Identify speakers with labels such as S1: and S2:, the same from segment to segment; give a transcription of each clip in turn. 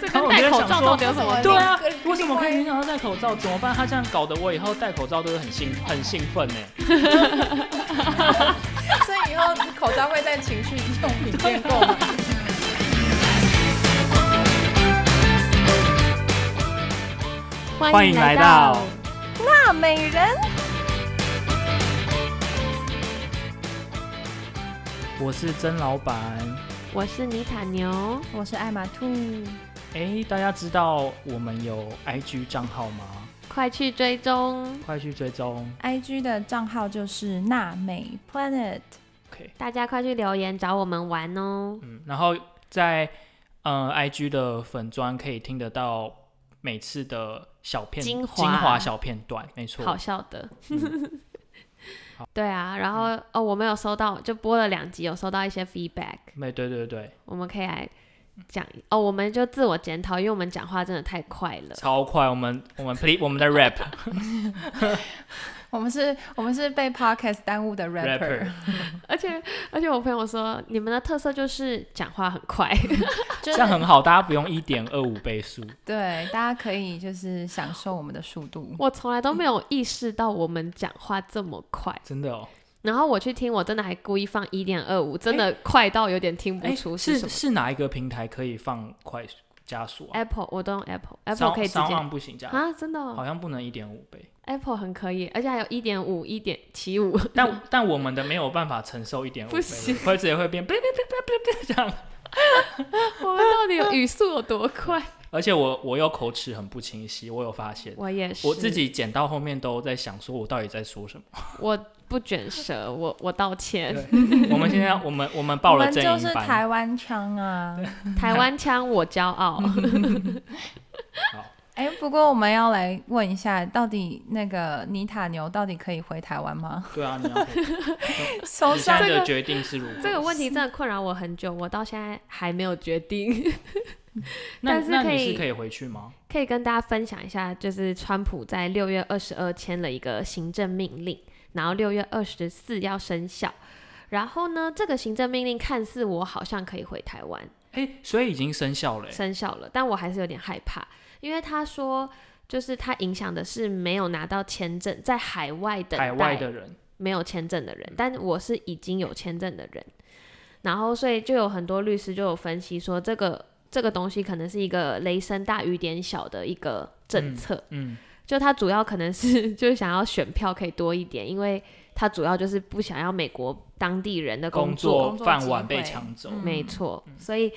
S1: 想
S2: 口罩到
S1: 说
S2: 底，有什么？
S1: 对啊
S3: 另一，个
S1: 为什么可以
S3: 另外
S1: 影响到戴口罩？怎么办？他这样搞得我以后戴口罩都会很兴很兴奋欸呢。
S3: 所以以后口罩会在情趣用品店购买。
S1: 欢迎来到
S3: 大美人，
S1: 我是曾老板。
S2: 我是尼塔牛，
S3: 我是艾玛兔。
S1: 哎，大家知道我们有 IG 账号吗？
S2: 快去追踪，
S1: 快去追踪。
S3: IG 的账号就是娜美 Planet。
S1: OK，
S2: 大家快去留言找我们玩哦。
S1: 嗯，然后在嗯、呃 IG 的粉砖可以听得到每次的小片
S2: 精华
S1: 小片段，没错。
S2: 好笑的
S1: 嗯。
S2: 对啊，然后哦，我们有收到，就播了两集，有收到一些 feedback，
S1: 没对对 对，
S2: 我们可以来讲哦，我们就自我检讨，因为我们讲话真的太快了。
S1: 超快！我们我们 ple 我们的 rap
S3: 我们是，我们是被 Podcast 耽误的 rapper，
S1: rapper，
S2: 而且而且我朋友说，你们的特色就是讲话很快，
S3: 就
S1: 这
S3: 是
S1: 样很好，大家不用一点二五倍速。
S3: 对，大家可以就是享受我们的速度。
S2: 我从来都没有意识到我们讲话这么快。
S1: 真的哦，
S2: 然后我去听，我真的还故意放一点二五，真的快到有点听不
S1: 哎
S2: 出
S1: 是
S2: 什么。
S1: 是哪一个平台可以放快加速啊
S2: Apple 我都用 Apple，Apple
S1: 商
S2: 可以直
S1: 商
S2: 接
S1: 岸不行加速，
S2: 啊，真的、哦、
S1: 好像不能一点五倍。
S2: Apple 很可以，而且还有一点五、一点七五，
S1: 但但我们的没有办法承受一点五
S2: 不
S1: 倍
S2: 行，
S1: 会直接会变这样。
S2: 我们到底有语速有多快？
S1: 而且我我有口齿很不清晰，我有发现。
S2: 我也是，
S1: 我自己剪到后面都在想，说我到底在说什么。
S2: 我不卷舌，我我道歉。
S1: 我们现在我们我们报了
S3: 我们
S1: 正
S3: 就是
S1: 音班，
S3: 台湾腔啊。
S2: 台湾腔我骄傲，
S3: 哎、不过我们要来问一下，到底那个尼塔牛到底可以回台湾 吗？
S1: 对啊，你要
S3: 收
S1: 你现在
S3: 山，
S1: 的决定是如何？
S2: 这个问题真的困扰我很久，我到现在还没有决定。
S1: 那
S2: 但是
S1: 那
S2: 可
S1: 你
S2: 以
S1: 是可以回去吗？
S2: 可以跟大家分享一下，就是川普在六月二十二签了一个行政命令，然后六月二十四要生效。然后呢，这个行政命令看似我好像可以回台湾
S1: 哎、所以已经生效了、欸。
S2: 生效了，但我还是有点害怕，因为他说就是它影响的是没有拿到签证在海外等待
S1: 欸海外的人，
S2: 没有签证的人，但我是已经有签证的人。然后，所以就有很多律师就有分析说，这个这个东西可能是一个雷声大雨点小的一个政策，
S1: 嗯，
S2: 就他主要可能是 就是想要选票可以多一点，因为他主要就是不想要美国当地人的
S1: 工
S2: 工
S1: 作
S3: 工作
S1: 饭
S3: 机
S1: 碗被
S3: 会
S1: 抢走，
S3: 嗯
S2: 没错，所以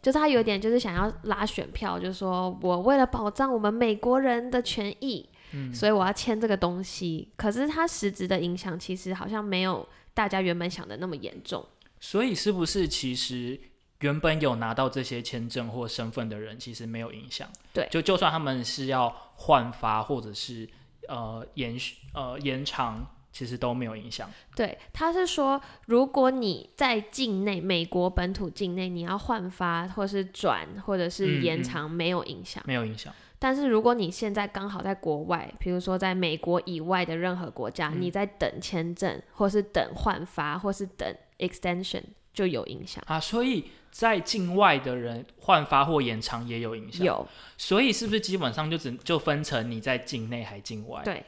S2: 就是他有点就是想要拉选票，就是说我为了保障我们美国人的权益，
S1: 嗯
S2: 所以我要签这个东西。可是它实质的影响其实好像没有大家原本想的那么严重。
S1: 所以是不是其实原本有拿到这些签证或身份的人，其实没有影响？
S2: 对
S1: 就就算他们是要换发或者是呃延续呃延长，其实都没有影响。
S2: 对，他是说，如果你在境内美国本土境内，你要换发或是转或者是
S1: 嗯
S2: 延
S1: 嗯
S2: 长，没有影响。
S1: 没有影响，
S2: 但是如果你现在刚好在国外，比如说在美国以外的任何国家，
S1: 嗯
S2: 你在等签证，或是等换发，或是等 extension，就有影响。
S1: 啊，所以在境外的人换发或延长也有影响。，
S2: 有
S1: 所以是不是基本上就只就分成你在境内还境外？
S2: 对，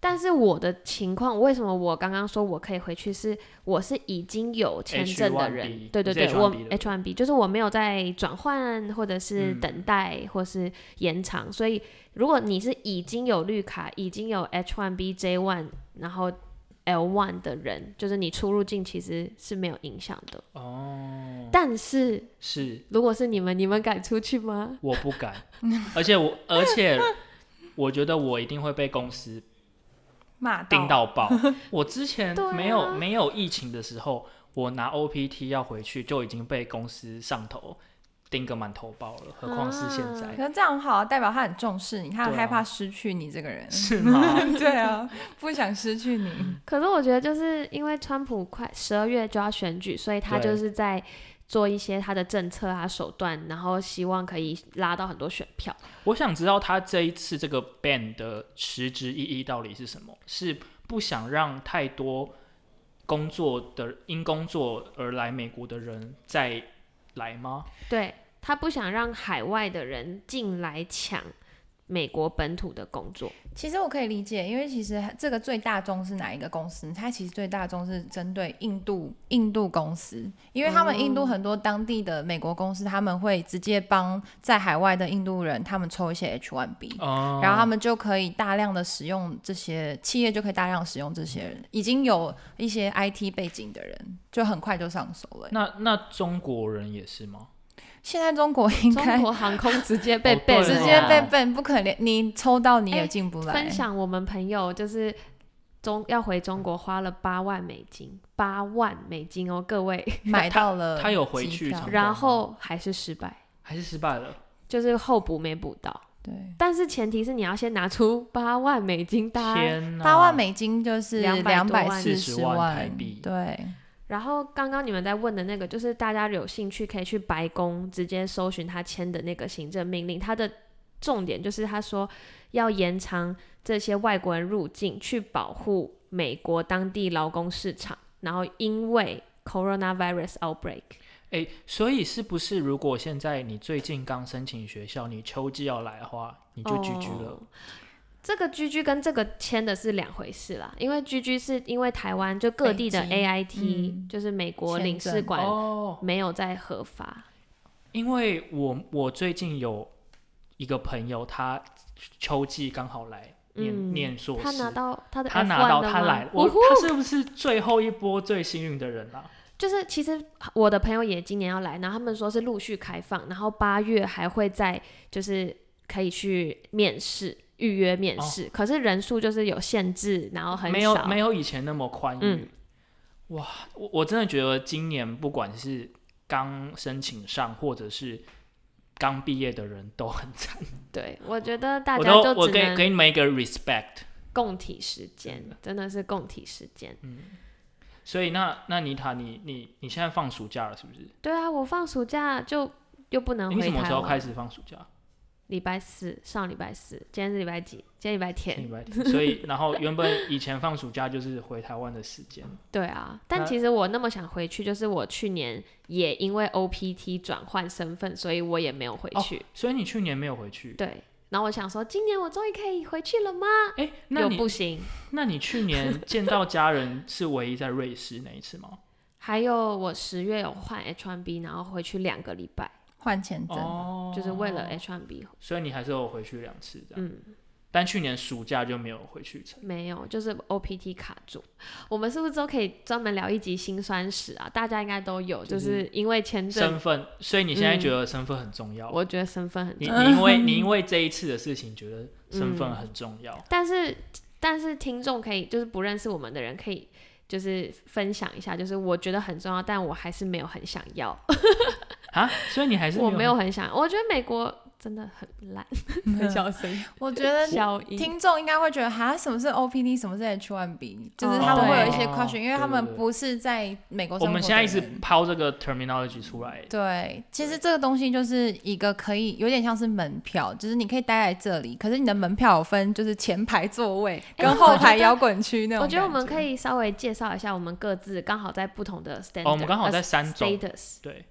S2: 但是我的情况，为什么我刚刚说我可以回去是，我是已经有签证的人
S1: H1B
S2: 对对
S1: 你是
S2: 对，我
S1: H1B 的
S2: H1B 就是我没有在转换或者是
S1: 嗯
S2: 等待、或是延长，所以如果你是已经有绿卡，已经有 H1B、J1，然后 L1 的人，就是你出入境其实是没有影响的。
S1: 哦，
S2: 但是
S1: 是
S2: 如果是你们，你们敢出去吗？
S1: 我不敢，而且我而且我觉得我一定会被公司
S3: 骂
S1: 盯到爆。我之前
S2: 对啊
S1: 没有、没有疫情的时候，我拿 OPT 要回去就已经被公司上头盯个满头包了，何况是现在、
S3: 可是这样好啊，代表他很重视你，他很
S1: 对啊
S3: 害怕失去你这个 人。
S1: 是吗？
S3: 对啊， 不想失去
S1: 嗯
S3: 你。
S2: 可是我觉得，就是因为川普快十二月就要选举，所以他
S1: 对
S2: 就是在做一些他的政策啊手段，然后希望可以拉到很多选票。
S1: 我想知道他这一次这个 ban 的实质意义到底是什么？是不想让太多工作的因工作而来美国的人再来吗？
S2: 对，他不想让海外的人进来抢美国本土的工作。
S3: 其实我可以理解，因为其实这个最大宗是哪一个公司？它其实最大宗是针对印度印度公司，因为他们
S1: 哦
S3: 印度很多当地的美国公司，他们会直接帮在海外的印度人，他们抽一些 H1B，、
S1: 哦
S3: 然后他们就可以大量的使用这些企业就可以大量使用这些人，已经有一些 IT 背景的人就很快就上手了。
S1: 那那中国人也是吗？
S3: 现在中国应
S2: 中
S3: 该
S2: 国航空直接被
S1: 哦
S2: 被、
S1: 对
S3: 直接被 ban，不可能，你抽到你也
S2: 哎
S3: 进不来。
S2: 分享我们朋友就是中要回中国花了八万美金，八万美金哦，各位，
S3: 买到了
S1: 他有回去
S3: 机票
S1: 成功
S2: 然后还是失败，
S1: 还是失败了？
S2: 就是候补没补到。
S3: 对。
S2: 但是前提是你要先拿出八万美金，大家
S1: 天哪，
S3: 八万美金就是
S2: 200多
S3: 百
S2: 万
S3: 四十
S1: 40万台币
S3: 对，
S2: 然后刚刚你们在问的那个，就是大家有兴趣可以去白宫直接搜寻他签的那个行政命令，他的重点就是他说要延长这些外国人入境，去保护美国当地劳工市场。然后因为 coronavirus outbreak，
S1: 诶，所以是不是如果现在你最近刚申请学校，你秋季要来的话，你
S3: 嗯
S2: 你
S1: 就拒绝了？
S2: 哦这个 GG 跟这个签的是两回事啦，因为 GG 是因为台湾就各地的
S3: 北京
S2: AIT，、
S3: 嗯
S2: 就是美国领
S3: 签证
S2: 事馆
S1: 哦，
S2: 没有在核发，
S1: 因为我我最近有一个朋友，他秋季刚好来念、
S2: 嗯
S1: 念硕士，
S2: 他拿到他的 F1
S1: 他拿到
S2: 了
S1: 他
S2: 吗
S1: 来了，
S2: 呜
S1: 我
S2: 呼
S1: 他是不是最后一波最幸运的人啊？
S2: 就是其实我的朋友也今年要来，然后他们说是陆续开放，然后八月还会再就是可以去面试预约面试，可是人数就是有限制，然后很少。
S1: 哦没有没有以前那么宽裕。
S2: 嗯
S1: 哇，我我真的觉得今年不管是刚申请上，或者是刚毕业的人都很惨。
S2: 对，我觉得大
S1: 我
S2: 家
S1: 都我
S2: 就只
S1: 给
S2: 能
S1: 给你们一个 respect。
S2: 共体时间
S1: 真的，
S2: 真的是共体时间。
S1: 嗯所以那那妮塔，你你你现在放暑假了是不是？
S2: 对啊，我放暑假就又不能
S1: 你
S2: 嗯回
S1: 什么时
S2: 台
S1: 候开
S2: 湾。
S1: 始放暑假？
S2: 礼拜四，上礼拜四，今天是礼拜几？今天礼拜天
S1: 礼。拜天。所以然后原本以前放暑假就是回台湾的时间。
S2: 对啊，但
S1: 那
S2: 其实我那么想回去，就是我去年也因为 OPT 转换身份，所以我也没有
S1: 哦
S2: 回去。
S1: 所以你去年没有回去？
S2: 对，然后我想说，今年我终于可以回去了吗？
S1: 哎，那
S2: 又
S1: 你
S2: 不行。
S1: 那你去年见到家人是唯一在瑞士那一 次吗？
S2: 还有我十月有换 H1B，然后回去两个礼拜，
S3: 换签证，
S1: 哦，
S2: 就是为了 H1B。
S1: 所以你还是有回去两次这样。
S2: 嗯，
S1: 但去年暑假就没有回去成。
S2: 没有，就是 OPT 卡住。我们是不是都可以专门聊一集辛酸史啊？大家应该都有，就
S1: 就是
S2: 是因为签证，
S1: 身份，所以你现在
S2: 嗯
S1: 觉得身份很重要。
S2: 我觉得身份很
S1: 你
S2: 重要。
S1: 你因 为你因为这一次的事情觉得身份
S2: 嗯
S1: 很重要，
S2: 但是但是听众可以，就是不认识我们的人可以。就是分享一下，就是我觉得很重要，但我还是没有很想要，
S1: 啊，所以你还是
S2: 我没有
S1: 很
S2: 很想，我觉得美国真的很烂，很小声。
S3: 我觉得
S2: 消音。
S3: 听众应该会觉得，哈，什么是 OPD，什么是 H1B，就是他们
S2: 哦
S3: 会有一些
S1: 对
S3: question，因为他
S1: 对
S3: 们
S1: 对对
S3: 不是在美国
S1: 我
S3: 生活的人。
S1: 们现在一直抛这个 terminology 出来，
S3: 对，其实这个东西就是一个可以有点像是门票，就是你可以待在这里，可是你的门票有分就是前排座位
S2: 哎
S3: 跟
S2: 我
S3: 后
S2: 觉
S3: 排
S2: 得
S3: 摇滚区那
S2: 我
S3: 种感
S2: 觉
S3: 觉。
S2: 得我们可以稍微介绍一下我们各自刚好在不同的 standard，、呃
S1: 哦，我们刚好在三种，
S2: status，
S1: 对，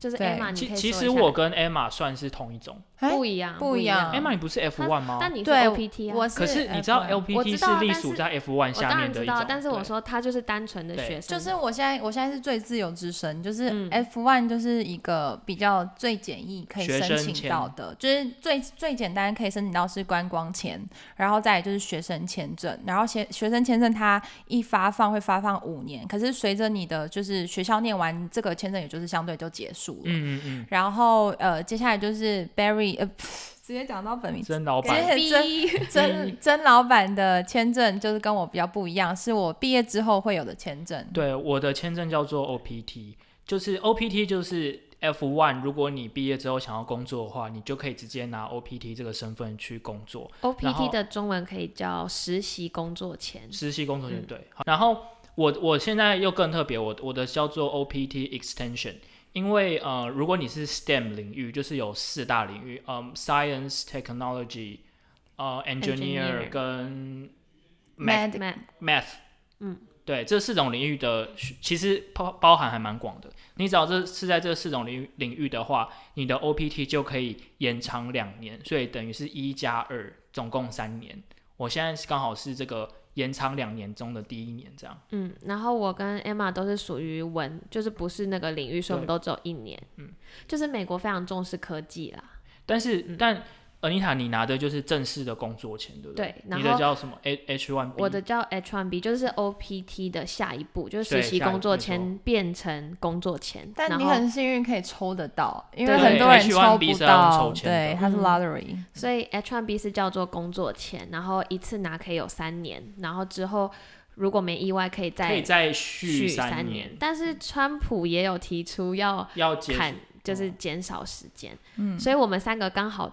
S2: 就是
S3: 对
S2: Emma，你
S1: 其
S2: 可以
S1: 其
S2: 说
S1: 实
S2: 一下
S1: 我跟 Emma 算是同一种
S3: 哎
S2: 不一样，
S3: 不
S2: 一
S3: 一样
S1: ，Emma 你不哦是 F one 吗？
S2: 但你是
S3: 对
S2: OPT 啊，
S3: 我
S1: 可是你知道
S3: F1
S2: 我
S1: LPT
S2: 知道
S1: 是隶
S2: 但
S1: 属
S2: 是
S1: 在 F one
S2: 我
S1: 下
S2: 当
S1: 面
S2: 然
S1: 的
S2: 知
S1: 一
S2: 道
S1: 种，，
S2: 但是我
S1: 对
S2: 说他就是单纯的
S1: 对
S2: 学生，
S3: 就是我现在，我现在是最自由之身，就是
S2: 嗯
S3: F one 就是一个比较最简易可以
S1: 学
S3: 申
S1: 生
S3: 请到的，就是最最简单可以申请到是观光签，然后再来就是学生签证，然后学学生签证它一发放会发放五年，可是随着你的就是学校念完这个签证，也就是相对就结束了。
S1: 嗯嗯
S3: 然后呃，接下来就是 Barry 呃， 直接讲到本名
S1: 嗯，，曾老
S3: 直接
S1: 板，
S3: 很真曾曾老板的签证就是跟我比较不一样，是我毕业之后会有的签证。
S1: 对，我的签证叫做 OPT，就是 OPT 就是 F one。如果你毕业之后想要工作的话，你就可以直接拿 OPT 这个身份去工作，然
S2: OPT
S1: 后
S2: 的中文可以叫实习工作签，
S1: 实习工作就
S2: 嗯
S1: 对。好然后我我现在又更特别，我我的叫做 OPT Extension。因为呃，如果你是 STEM 领域，就是有四大领域，嗯，science、technology、呃 engineer
S2: Engineer
S1: 跟 math
S3: Med
S2: Matt
S1: math，
S2: 嗯，
S1: 对，这四种领域的其实包包含还蛮广的。你只要这是在这四种领域领域的话，你的 OPT 就可以延长两年，所以等于是一加二，总共三年。我现在是刚好是这个延长两年中的第一年，这样。
S2: 嗯，然后我跟 Emma 都是属于文，就是不是那个领域，所以我们都只有一年。嗯，就是美国非常重视科技啦。
S1: 但是，
S2: 嗯
S1: 但 Anita，你拿的就是正式的工作签，对不
S2: 对然
S1: 你的
S2: 后
S1: 叫什么 H H one B？
S2: 我的叫 H1B，就是 OPT 的下一步，就是
S1: 对
S2: 实习
S1: 下一
S2: 工作
S1: 没错
S2: 签变成工作签。
S3: 但
S2: 然
S3: 你
S2: 后
S3: 很幸运可以抽得到，因为
S2: 对
S3: 很多人
S1: H1B
S3: 抽
S1: 是
S3: 不
S1: 要用
S3: 到，
S1: 抽签的
S3: 对，它是
S2: 嗯
S3: lottery。
S2: 所以 H1B 是叫做工作签，然后一次拿可以有三年，然后之后如果没意外可以再
S1: 可以再续
S2: 三
S1: 年，嗯
S2: 但是川普也有提出要
S1: 要结束
S2: 砍，就是减少时间，嗯，所以我们三个刚好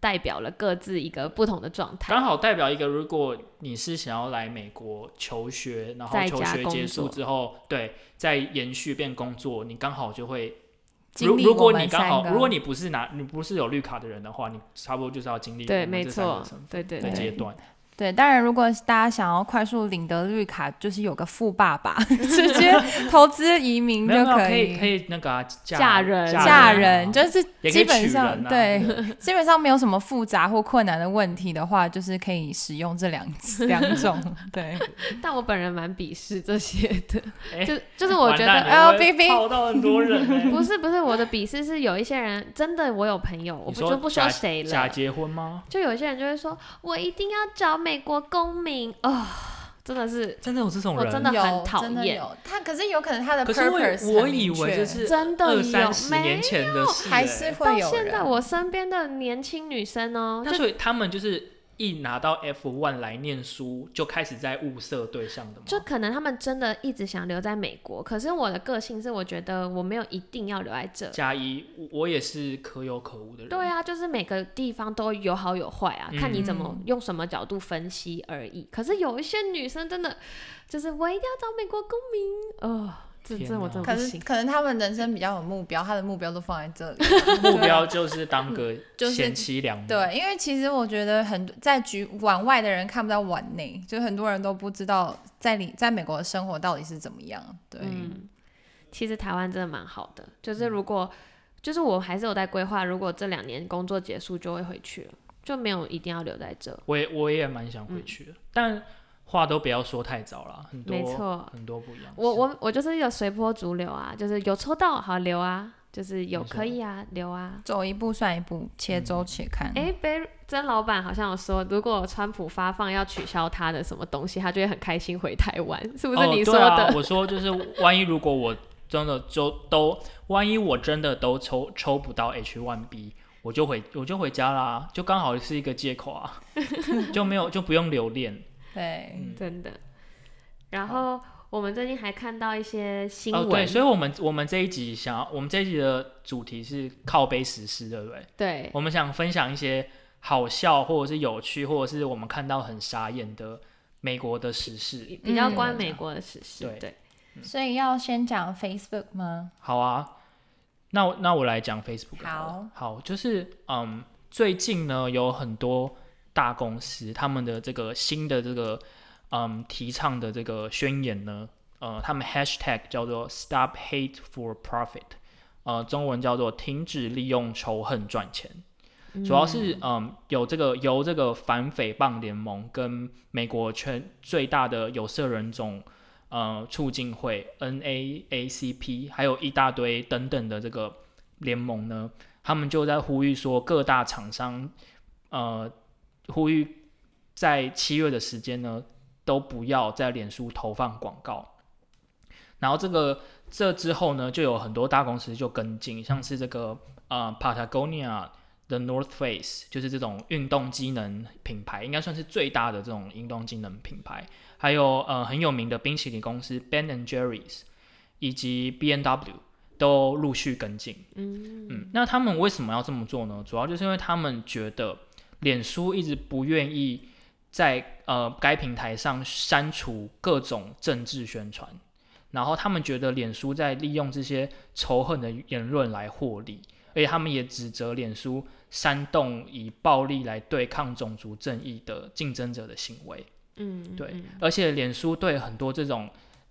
S2: 代表了各自一个不同的状态，
S1: 刚好代表一个，如果你是想要来美国求学，然后
S2: 在
S1: 求
S2: 家
S1: 学
S2: 工
S1: 结束
S2: 作
S1: 之后，对，再延续变工作，你刚好就会。如
S3: 经历
S1: 如
S3: 我
S1: 果你
S3: 们
S1: 刚
S3: 三
S1: 好，
S3: 个，
S1: 如果你不是拿你不是有绿卡的人的话，你差不多就是要经历
S2: 对，
S1: 我们
S2: 没
S1: 这三个
S2: 错
S1: 身份，
S2: 对对
S1: 的
S3: 对
S1: 阶
S2: 对，
S1: 段。
S3: 对，当然，如果大家想要快速领得绿卡，就是有个富爸爸， 直接投资移民
S1: 没有
S3: 就
S1: 没有，可
S3: 以
S1: 以可以那个啊嫁
S2: 嫁人
S3: 嫁
S1: 啊
S3: 人，就是
S1: 也可
S3: 基
S1: 以
S3: 本
S1: 娶
S3: 上
S1: 人啊
S3: 对，基本上没有什么复杂或困难的问题的话，就是可以使用这两两种。 对，
S2: 但我本人蛮鄙视这些的，
S1: 哎
S2: 就就是我
S1: 完
S2: 觉
S1: 蛋
S2: 得。
S3: 哎
S1: 了我会
S3: LBB
S1: 泡到很多人欸
S2: 不是不是，我的鄙视是有一些人真的，我有朋友，我
S1: 你
S2: 不
S1: 说
S2: 就不说
S1: 假
S2: 谁
S1: 假
S2: 了，
S1: 结婚吗？
S2: 就有些人就会说，我一定要找美国公民啊、真的是
S1: 真的有这种
S2: 我
S1: 人？
S2: 真的
S3: 有
S2: 很讨
S3: 真的
S2: 厌
S3: 有他可是有可能他的
S1: 可是
S3: purpose
S1: 我我
S3: 很
S1: 以
S3: 明
S1: 为这
S3: 确
S1: 是
S2: 真的
S1: 二
S2: 有
S1: 三十
S2: 没
S1: 年前的事、欸，
S3: 还是
S2: 到
S3: 会有
S2: 现
S3: 人。
S2: 在我身边的年轻女生哦、
S1: 那
S2: 就
S1: 所以他们就是一拿到 F one 来念书，就开始在物色对象的吗？
S2: 就可能她们真的一直想留在美国，可是我的个性是我觉得我没有一定要留在这。
S1: 加一，我我也是可有可无的人。
S2: 对啊，就是每个地方都有好有坏啊，看你怎么
S3: 嗯
S2: 用什么角度分析而已。可是有一些女生真的就是我一定要找美国公民，哦，这
S1: 天
S2: 这我
S1: 哪
S2: 真的
S3: 可
S2: 不
S3: 是
S2: 行。
S3: 可能他们人生比较有目标，他的目标都放在这里。
S1: 目标就是当
S2: 嗯
S1: 个
S3: 就是
S1: 贤妻良母。
S3: 对，因为其实我觉得很多在局碗外的人看不到碗内，就很多人都不知道在里在美国的生活到底是怎么样。对，
S2: 嗯，其实台湾真的蛮好的，就是如果就是我还是有在规划，如果这两年工作结束就会回去了，就没有一定要留在这。
S1: 我也我也蛮想回去的，但话都不要说太早了，很
S2: 嗯
S1: 多
S2: 没错
S1: 很多不一样。
S2: 我我我就是有随波逐流啊，就是有抽到好留啊，就是有
S1: 没错
S2: 可以啊留啊。
S3: 走一步算一步，且走且看。
S2: 哎，被曾老板好像有说，如果川普发放要取消他的什么东西，他就会很开心回台湾， 是不是你说
S1: 哦对
S2: 的？
S1: 啊、我说就是，万一如果我真的就都，万一我真的都抽抽不到 H one B，我就回我就回家啦，就刚好是一个借口啊， 就没有就不用留恋。
S3: 对，
S1: 嗯
S2: 真的。然后我们最近还看到一些新
S1: 哦，
S2: 闻，
S1: 对，所以我们我们这一集想要，我们这一集的主题是靠背实施，对不对？
S2: 对
S1: 我们想分享一些好笑或者是有趣，或者是我们看到很傻眼的美国的时事。
S2: 比较
S3: 嗯
S2: 关美国的时事，
S1: 对
S2: 对。
S3: 所以要先讲 Facebook 吗？
S1: 好啊，那我那我来讲 Facebook
S3: 好
S1: 了好，就是嗯，最近呢有很多大公司他们的这个新的这个嗯提倡的这个宣言呢，呃，他们 Hashtag 叫做 Stop Hate for Profit，呃，中文叫做停止利用仇恨赚钱。主要是嗯，有这个由这个反诽谤联盟跟美国全最大的有色人种呃促进会 NAACP，还有一大堆等等的这个联盟呢，他们就在呼吁说各大厂商呃呼吁在七月的时间呢，都不要在脸书投放广告。然后这个这之后呢，就有很多大公司就跟进，像是这个呃 Patagonia。The North Face 就是这种运动机能品牌，应该算是最大的这种运动机能品牌。还有呃很有名的冰淇淋公司 Ben and Jerry's 以及 B N W 都陆续跟进。
S2: 嗯
S1: 嗯，那他们为什么要这么做呢？主要就是因为他们觉得脸书一直不愿意在呃该平台上删除各种政治宣传，然后他们觉得脸书在利用这些仇恨的言论来获利，而且他们也指责脸书煽动以暴力来对抗种族正义的竞争者的行为。
S2: 嗯，
S1: 对
S2: 嗯，
S1: 而且脸书对很多这种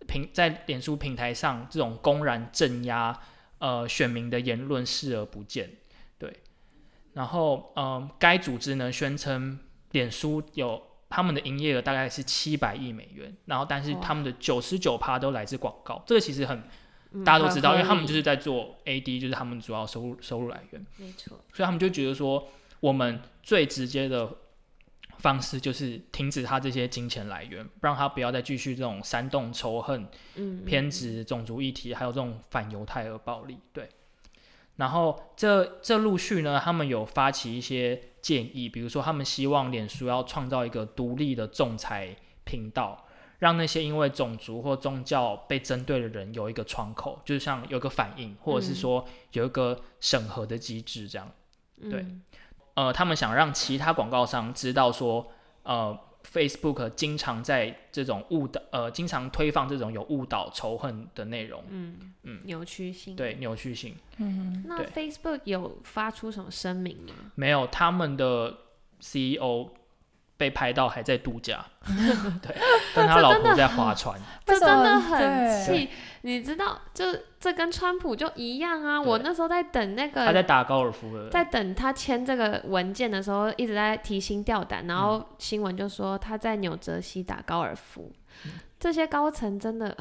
S1: 平在脸书平台上这种公然镇压呃选民的言论视而不见，对。然后，嗯、该组织呢宣称脸书有他们的营业额大概是七百亿美元，然后但是
S2: 哇
S1: 他们的九十九趴都来自广告，这个其实很大家都
S2: 很
S1: 知道，
S2: 合
S1: 因为他们
S2: 理
S1: 就是在做 AD，就是他们主要收入收入来源，
S2: 没错，
S1: 所以他们就觉得说，我们最直接的方式就是停止他这些金钱来源，让他不要再继续这种煽动仇恨、
S2: 嗯，
S1: 偏执、种族议题，还有这种反犹太和暴力。对，然后这这陆续呢，他们有发起一些建议，比如说他们希望脸书要创造一个独立的仲裁频道。让那些因为种族或宗教被针对的人有一个窗口，就是像有一个反应，或者是
S2: 嗯
S1: 说有一个审核的机制这样。
S2: 嗯
S1: 对，呃，他们想让其他广告商知道说，呃，Facebook 经常在这种误导，呃，经常推放这种有误导仇恨的内容，
S2: 嗯
S1: 嗯
S2: 扭曲性。，
S1: 对扭曲性。
S3: 嗯
S2: 那
S1: 对
S2: Facebook 有发出什么声明吗？
S1: 没有，他们的 CEO 被拍到还在度假， 对，跟他老婆在划船，
S3: 为
S2: 这
S3: 什
S2: 真
S3: 么
S2: 的很
S3: 对
S2: 气，你知道，就这跟川普就一样啊！
S1: 对
S2: 我那时候在等那
S1: 他在
S2: 个，
S1: 打高尔夫的，
S2: 在等他签这个文件的时候，一直在提心吊胆，然
S1: 嗯
S2: 后新闻就说他在纽泽西打高尔夫。
S1: 嗯
S2: 这些高层真的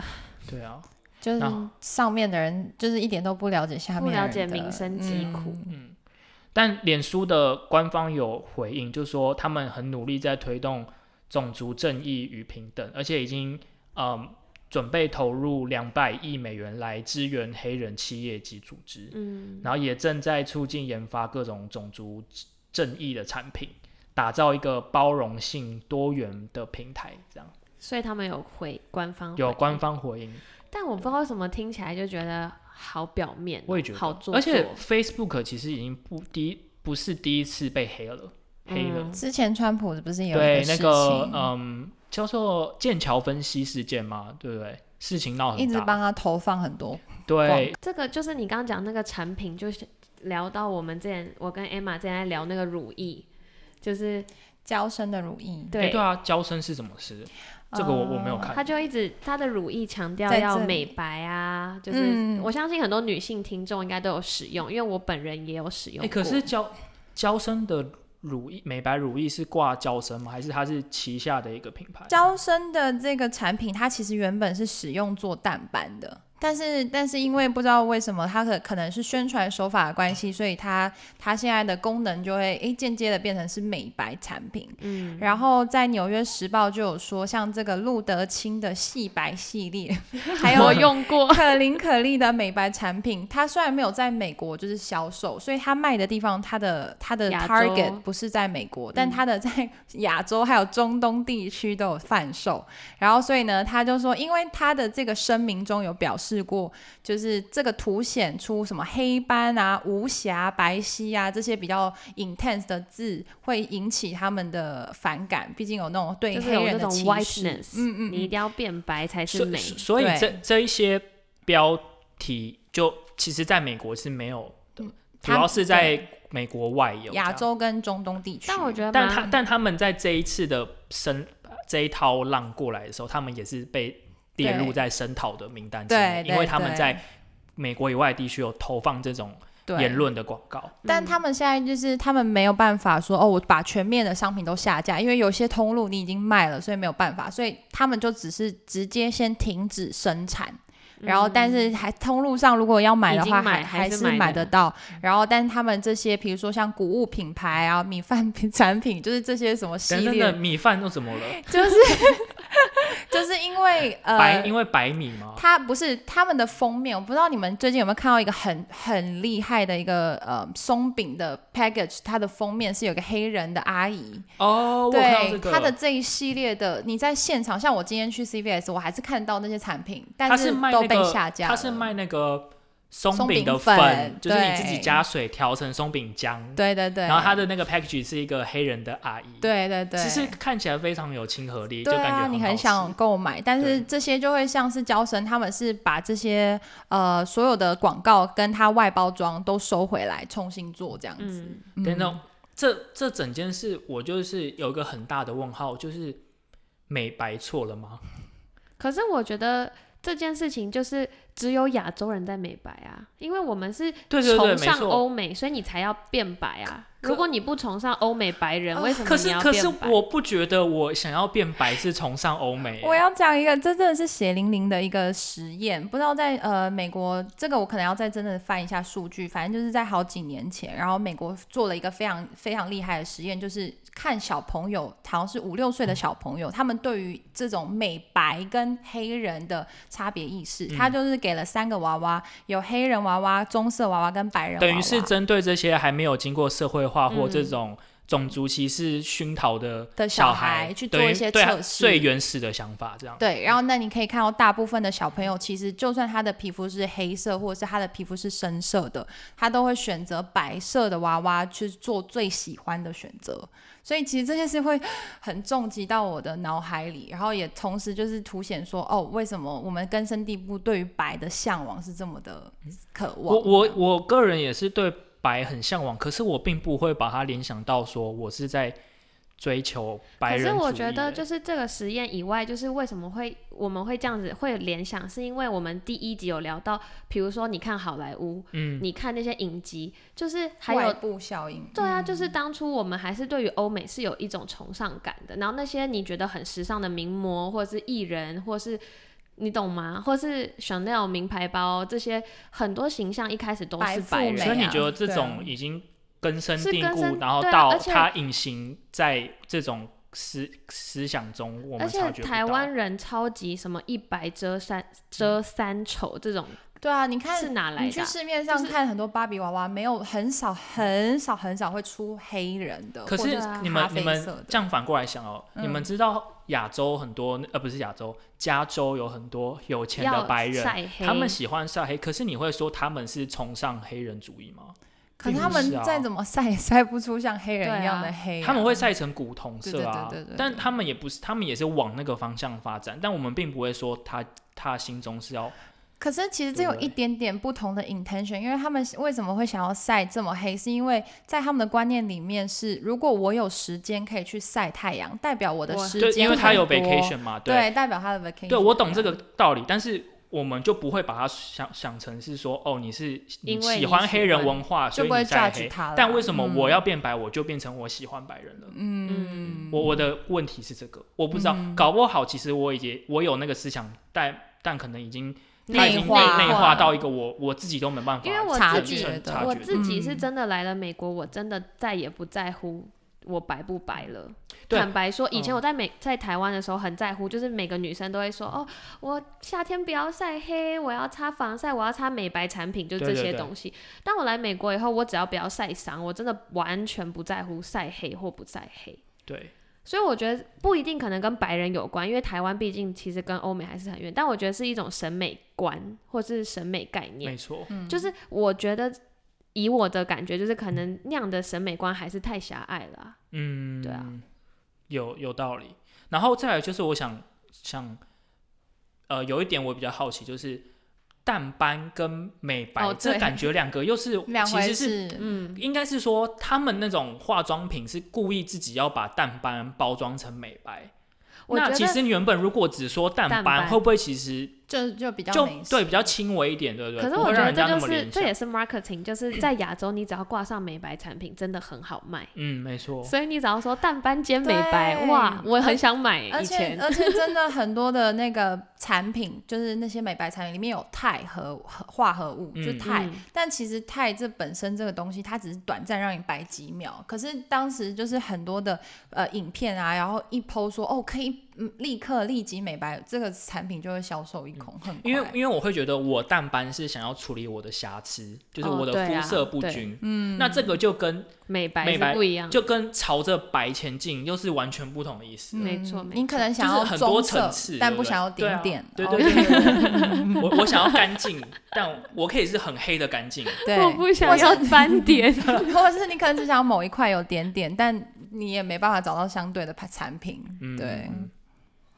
S1: 对啊，
S3: 就是
S1: 然后
S3: 上面的人就是一点都不了解下面
S2: 不
S3: 的
S2: 了
S3: 人
S2: 解
S3: 的
S2: 民生疾
S3: 嗯
S2: 苦
S1: 嗯，但脸书的官方有回应，就说他们很努力在推动种族正义与平等，而且已经嗯准备投入两百亿美元来支援黑人企业及组织，
S2: 嗯，
S1: 然后也正在促进研发各种种族正义的产品，打造一个包容性多元的平台。这样
S2: 所以他们有回官方
S1: 有
S2: 回
S1: 官
S2: 应，
S1: 方回应，
S2: 但我不知道为什么听起来就觉得好表面哦，
S1: 我也觉得，
S2: 好做作，
S1: 而且 Facebook 其实已经不第一不是第一次被黑了，黑了。
S2: 嗯
S3: 之前川普不是也有一
S1: 对，
S3: 事
S1: 那
S3: 情，
S1: 个
S2: 呃
S1: 嗯，叫做剑桥分析事件嘛，对不对？事情闹
S3: 一
S1: 很
S3: 直
S1: 大，
S3: 帮他投放很多，
S1: 对
S2: 这个就是你刚刚讲那个产品，就是聊到我们之前，我跟 Emma 之前在聊那个乳液，就是
S3: 嗯娇生的乳液，
S1: 诶
S2: 对，
S1: 对啊，交生是什么事？这个我我没
S3: 呃
S1: 有看
S2: 他就一直他的乳液强调
S3: 在
S2: 要
S3: 这里
S2: 美白啊，就是、
S3: 嗯
S2: 我相信很多女性听众应该都有使用，因为我本人也有使用
S1: 哎，
S2: 过。
S1: 可是交交生的乳液美白乳液是挂交生吗？还是它是旗下的一个品牌？
S3: 娇生的这个产品，它其实原本是使用做淡斑的，但是但是因为不知道为什么，它可可能是宣传手法的关系，所以它它现在的功能就会诶间接的变成是美白产品。
S2: 嗯，
S3: 然后在《纽约时报》就有说，像这个路德清的细白系列，还有
S2: 我用过，
S3: 可伶可俐的美白产品，它虽然没有在美国就是销售，所以它卖的地方，它的它的
S2: 亚洲
S3: target 不是在美国，但它的在嗯亚洲还有中东地区都有贩售。然后所以呢，他就说，因为他的这个声明中有表示过，就是这个凸显出什么黑斑啊、无瑕、白皙啊这些比较 intense 的字，会引起他们的反感，毕竟有那种对
S2: 就是有
S3: 黑
S2: 那
S3: 人的
S2: 种
S3: 歧视。
S2: whiteness，、
S3: 嗯嗯
S2: 你一
S3: 嗯，
S2: 定要变白才是
S1: 所以
S2: 美。
S1: 所以
S3: 对
S1: 这这一些标题就其实在美国是没有的
S3: 嗯，
S1: 主
S3: 它
S1: 要是在美国外有
S3: 亚
S1: 这样
S3: 洲跟中东地区，
S2: 但我觉得
S1: 但
S2: 蛮
S1: 他但他们在这一次的声呃这一套浪过来的时候，他们也是被列入
S3: 对
S1: 在声讨的名单之内
S3: 对，，
S1: 因为
S3: 对
S1: 他们
S3: 对
S1: 在美国以外地区有投放这种
S3: 对
S1: 言论的广告。
S2: 嗯
S3: 但他们现在就是他们没有办法说哦，我把全面的商品都下架，因为有些通路你已经卖了，所以没有办法，所以他们就只是直接先停止生产。然后，但是还通路上如果要买的
S2: 嗯已
S3: 话，
S2: 经买
S3: 还
S2: 还是
S3: 是
S2: 买的
S3: 买得到。然后，但他们这些，比如说像谷物品 牌啊、米饭品产品，就是这些什么系
S1: 等等
S3: 列
S1: 等，，米饭又怎么了？
S3: 就是 就是因为呃，
S1: 白因为白米吗？
S3: 它不是他们的封面，我不知道你们最近有没有看到一个很很厉害的一个呃松饼的 package，它的封面是有个黑人的阿姨，
S1: 哦，我看到这
S3: 对，
S1: 个，
S3: 它的这一系列的，你在现场，像我今天去 CVS，我还是看到那些产品，
S1: 他
S3: 但
S1: 是卖
S3: 都
S1: 那
S3: 被
S1: 个
S3: 下架了
S1: 他是卖那个松
S3: 松
S1: 饼
S3: 饼
S1: 的
S3: 粉
S1: 就是你自己
S3: 对
S1: 加水调成松饼浆。
S3: 对对对，
S1: 然后他的那个 package 是一个黑人的阿姨，，
S3: 对对对，
S1: 其实看起来非常有亲和力，就
S3: 对
S1: 感觉
S3: 啊，你
S1: 很好
S3: 很
S1: 吃
S3: 想购买，但是
S1: 对
S3: 这些就会像是娇生，他们是把这些呃所有的广告跟它外包装都收回来，重新做这样子。
S2: 嗯，
S3: 嗯
S1: 等等，这这整件事，我就是有一个很大的问号，就是美白错了吗？
S2: 可是我觉得这件事情就是只有亚洲人在美白啊，因为我们是
S1: 对对对
S2: 崇尚
S1: 没错
S2: 欧美，所以你才要变白啊。
S1: 可
S2: 如果你不崇尚欧美白人，
S3: 哦
S2: 为什么
S1: 可
S2: 你
S1: 是
S2: 要
S1: 可是
S2: 变白？
S1: 我不觉得我想要变白是崇尚欧美、
S3: 我要讲一个，这真的是血淋淋的一个实验，不知道在呃美国，这个我可能要再真的翻一下数据，反正就是在好几年前，然后美国做了一个非常非常厉害的实验，就是看小朋友，好像是五六岁的小朋友，他们对于这种美白跟黑人的差别意识，
S1: 嗯
S3: 他就是给了三个娃娃，有黑人娃娃、棕色娃娃跟白人娃娃，
S1: 等于是针对这些还没有经过社会化或这种种族歧视熏陶的
S3: 的
S1: 小
S3: 小孩去做
S1: 等于
S3: 一些
S1: 对啊
S3: 测试
S1: 最原始的想法这样。
S3: 对，然后那你可以看到，大部分的小朋友其实就算他的皮肤是黑色，或者是他的皮肤是深色的，他都会选择白色的娃娃去做最喜欢的选择。所以其实这件事会 很重击到我的脑海里，然后也同时就是凸显说，哦，为什么我们根深蒂固对于白的向往是这么的渴望？
S1: 我
S3: 啊
S1: 我我个人也是对白很向往，可是我并不会把它联想到说我是在追求白
S2: 可是
S1: 人
S2: 我
S1: 主义
S2: 觉得，
S1: 的
S2: 就是这个实验以外，就是为什么会我们会这样子会有联想，是因为我们第一集有聊到，比如说你看好莱坞，
S1: 嗯，
S2: 你看那些影集，就是还
S3: 外
S2: 有
S3: 部效应，嗯
S2: 对啊，就是当初我们还是对于欧美是有一种崇尚感的，然后那些你觉得很时尚的名模，或者是艺人，或是你懂吗？或是 Chanel 名牌包这些很多形象一开始都
S3: 白
S2: 是
S3: 富
S2: 白
S3: 美
S1: 哦所以
S2: 人，
S1: 你
S3: 啊
S1: 觉得这
S3: 对啊
S1: 种已经根深
S2: 是
S1: 蒂
S2: 根
S1: 固，
S2: 深
S1: 然后
S2: 对啊
S1: 到
S2: 而且
S1: 它隐形在这种思思想中，我
S3: 啊
S2: 而
S1: 们
S2: 且
S1: 察觉不
S2: 台
S1: 到
S2: 湾人超级什么一白遮三遮三丑这种
S3: 对啊，你看
S2: 是哪来
S3: 嗯你
S2: 的
S3: 去
S2: 啊、
S3: 市面上
S2: 就是
S3: 看很多芭比娃娃，没有很少很少很少会出黑人的，
S1: 可
S3: 或
S1: 是
S3: 者
S1: 你
S3: 咖
S1: 们你
S3: 啡
S1: 们
S3: 色的嗯
S1: 这样反过来想哦，你们知道亚洲很多呃不是亚洲，加州有很多有钱的
S2: 要
S1: 白人，
S2: 晒黑，
S1: 他们喜欢晒黑，可是你会说他们是崇尚黑人主义吗？
S3: 可是
S1: 并
S3: 他
S1: 不
S3: 们
S1: 是啊
S3: 再怎么晒也 晒不出像黑人一样的
S2: 对
S3: 黑啊、
S1: 他们会晒成古铜色啊，
S3: 对对对对对
S1: 但他们也不是，他们也是往那个方向发展，但我们并不会说他他心中是要
S3: 可是其实这有一点点不同的 intention，因为他们为什么会想要晒这么黑，是因为在他们的观念里面是，如果我有时间可以去晒太阳，代表我的
S2: 我
S3: 时
S1: 对，
S3: 间
S1: 因为他有
S3: 很多
S1: vacation 嘛，对
S3: 对，代表他的 vacation。
S1: 对，我懂这个道理，但是。我们就不会把它想想成是说，哦，你是
S2: 因为
S1: 喜
S2: 你
S1: 欢
S2: 喜
S1: 黑人
S2: 欢
S1: 文化，所
S3: 就
S1: 以
S3: 不会
S1: 你晒
S3: judge
S1: 黑。
S3: 他了。
S1: 但为什么我要变白，我就变成我喜欢白人了？
S3: 嗯，
S1: 我我的问题是这个，我不知道，搞不好其实我已经我有那个思想，但但可能已经它已经
S3: 内
S1: 内
S3: 化
S1: 内化到一个我我自己都没办法
S2: 因为我
S1: 察
S2: 自己
S1: 觉察
S2: 我
S1: 觉
S2: 自己是
S3: 嗯
S2: 真的来了美国，我真的再也不在乎我白不白了。
S1: 对
S2: 坦白说，以前
S1: 嗯
S2: 我在美、在台湾的时候很在乎，就是每个女生都会说哦，我夏天不要晒黑，我要擦防晒，我要擦美白产品，就
S1: 对
S2: 这
S1: 对
S2: 些
S1: 对
S2: 东西。当我来美国以后，我只要不要晒伤，我真的完全不在乎晒黑或不晒黑。
S1: 对，
S2: 所以我觉得不一定可能跟白人有关，因为台湾毕竟其实跟欧美还是很远，但我觉得是一种审美观或是审美概念。
S1: 没错，
S2: 就是我觉得以我的感觉，就是可能那样的审美观还是太狭隘了啊、
S1: 嗯，
S2: 对啊，
S1: 有有道理。然后再来就是我想想，呃，有一点我比较好奇，就是淡斑跟美白、
S2: 哦
S1: 这
S2: 对
S1: 感觉两个 又是
S3: 两
S1: 其
S3: 回
S1: 实是
S3: 事。
S2: 嗯，
S1: 应该是说，他们那种化妆品是故意自己要把淡斑包装成美白。
S2: 我觉
S1: 那
S2: 得
S1: 其实你原本如果只说淡
S2: 淡
S1: 斑，
S2: 斑
S1: 会不会其实
S3: 就就比较
S1: 就
S3: 美式
S1: 对比较轻微一点，对不对？
S2: 可是
S1: 不
S2: 我
S1: 会
S2: 觉得
S1: 让人家
S2: 这
S1: 那
S2: 就
S1: 么
S2: 是
S1: 联
S2: 这
S1: 想。
S2: 也是 marketing，就是在亚洲你只要挂上美白产品，真的很好卖。
S1: 嗯，没错。
S2: 所以你只要说淡斑兼美白，
S3: 对
S2: 哇，我很想买。
S3: 而
S2: 以
S3: 且呃
S2: 前嗯
S3: 而且真的很多的那个产品，就是那些美白产品里面有钛和和化合物，
S1: 嗯
S3: 就钛。
S2: 嗯
S3: 但其实钛这本身这个东西，它只是短暂让你白几秒。可是当时就是很多的呃影片啊，然后一剖说哦可以、嗯、立刻立即美白，这个产品就会销售一空，很快。
S1: 因为因为我会觉得我淡斑是想要处理我的瑕疵，就是
S2: 哦
S1: 我的
S2: 对
S1: 肤
S2: 啊
S1: 色不
S2: 对
S1: 均。嗯，那这个就跟
S2: 美白
S1: 美白
S2: 是不一样的，
S1: 就跟朝着白前进又是完全不同的意思。
S2: 没错
S3: 嗯
S2: 没
S3: 你可能
S1: 就
S3: 想
S1: 是
S3: 要
S1: 很多
S3: 棕
S1: 层
S3: 色
S1: 次，，
S3: 但
S1: 对
S3: 不
S1: 对
S3: 想要点点。
S1: 对啊
S3: 哦
S1: 对 对对对，我我想要干净， 但我可以是很黑的干净。
S3: 对
S2: 我不想要斑点。
S3: 或者是你可能只想要某一块有点点，但你也没办法找到相对的产品。
S1: 嗯，
S3: 对
S1: 嗯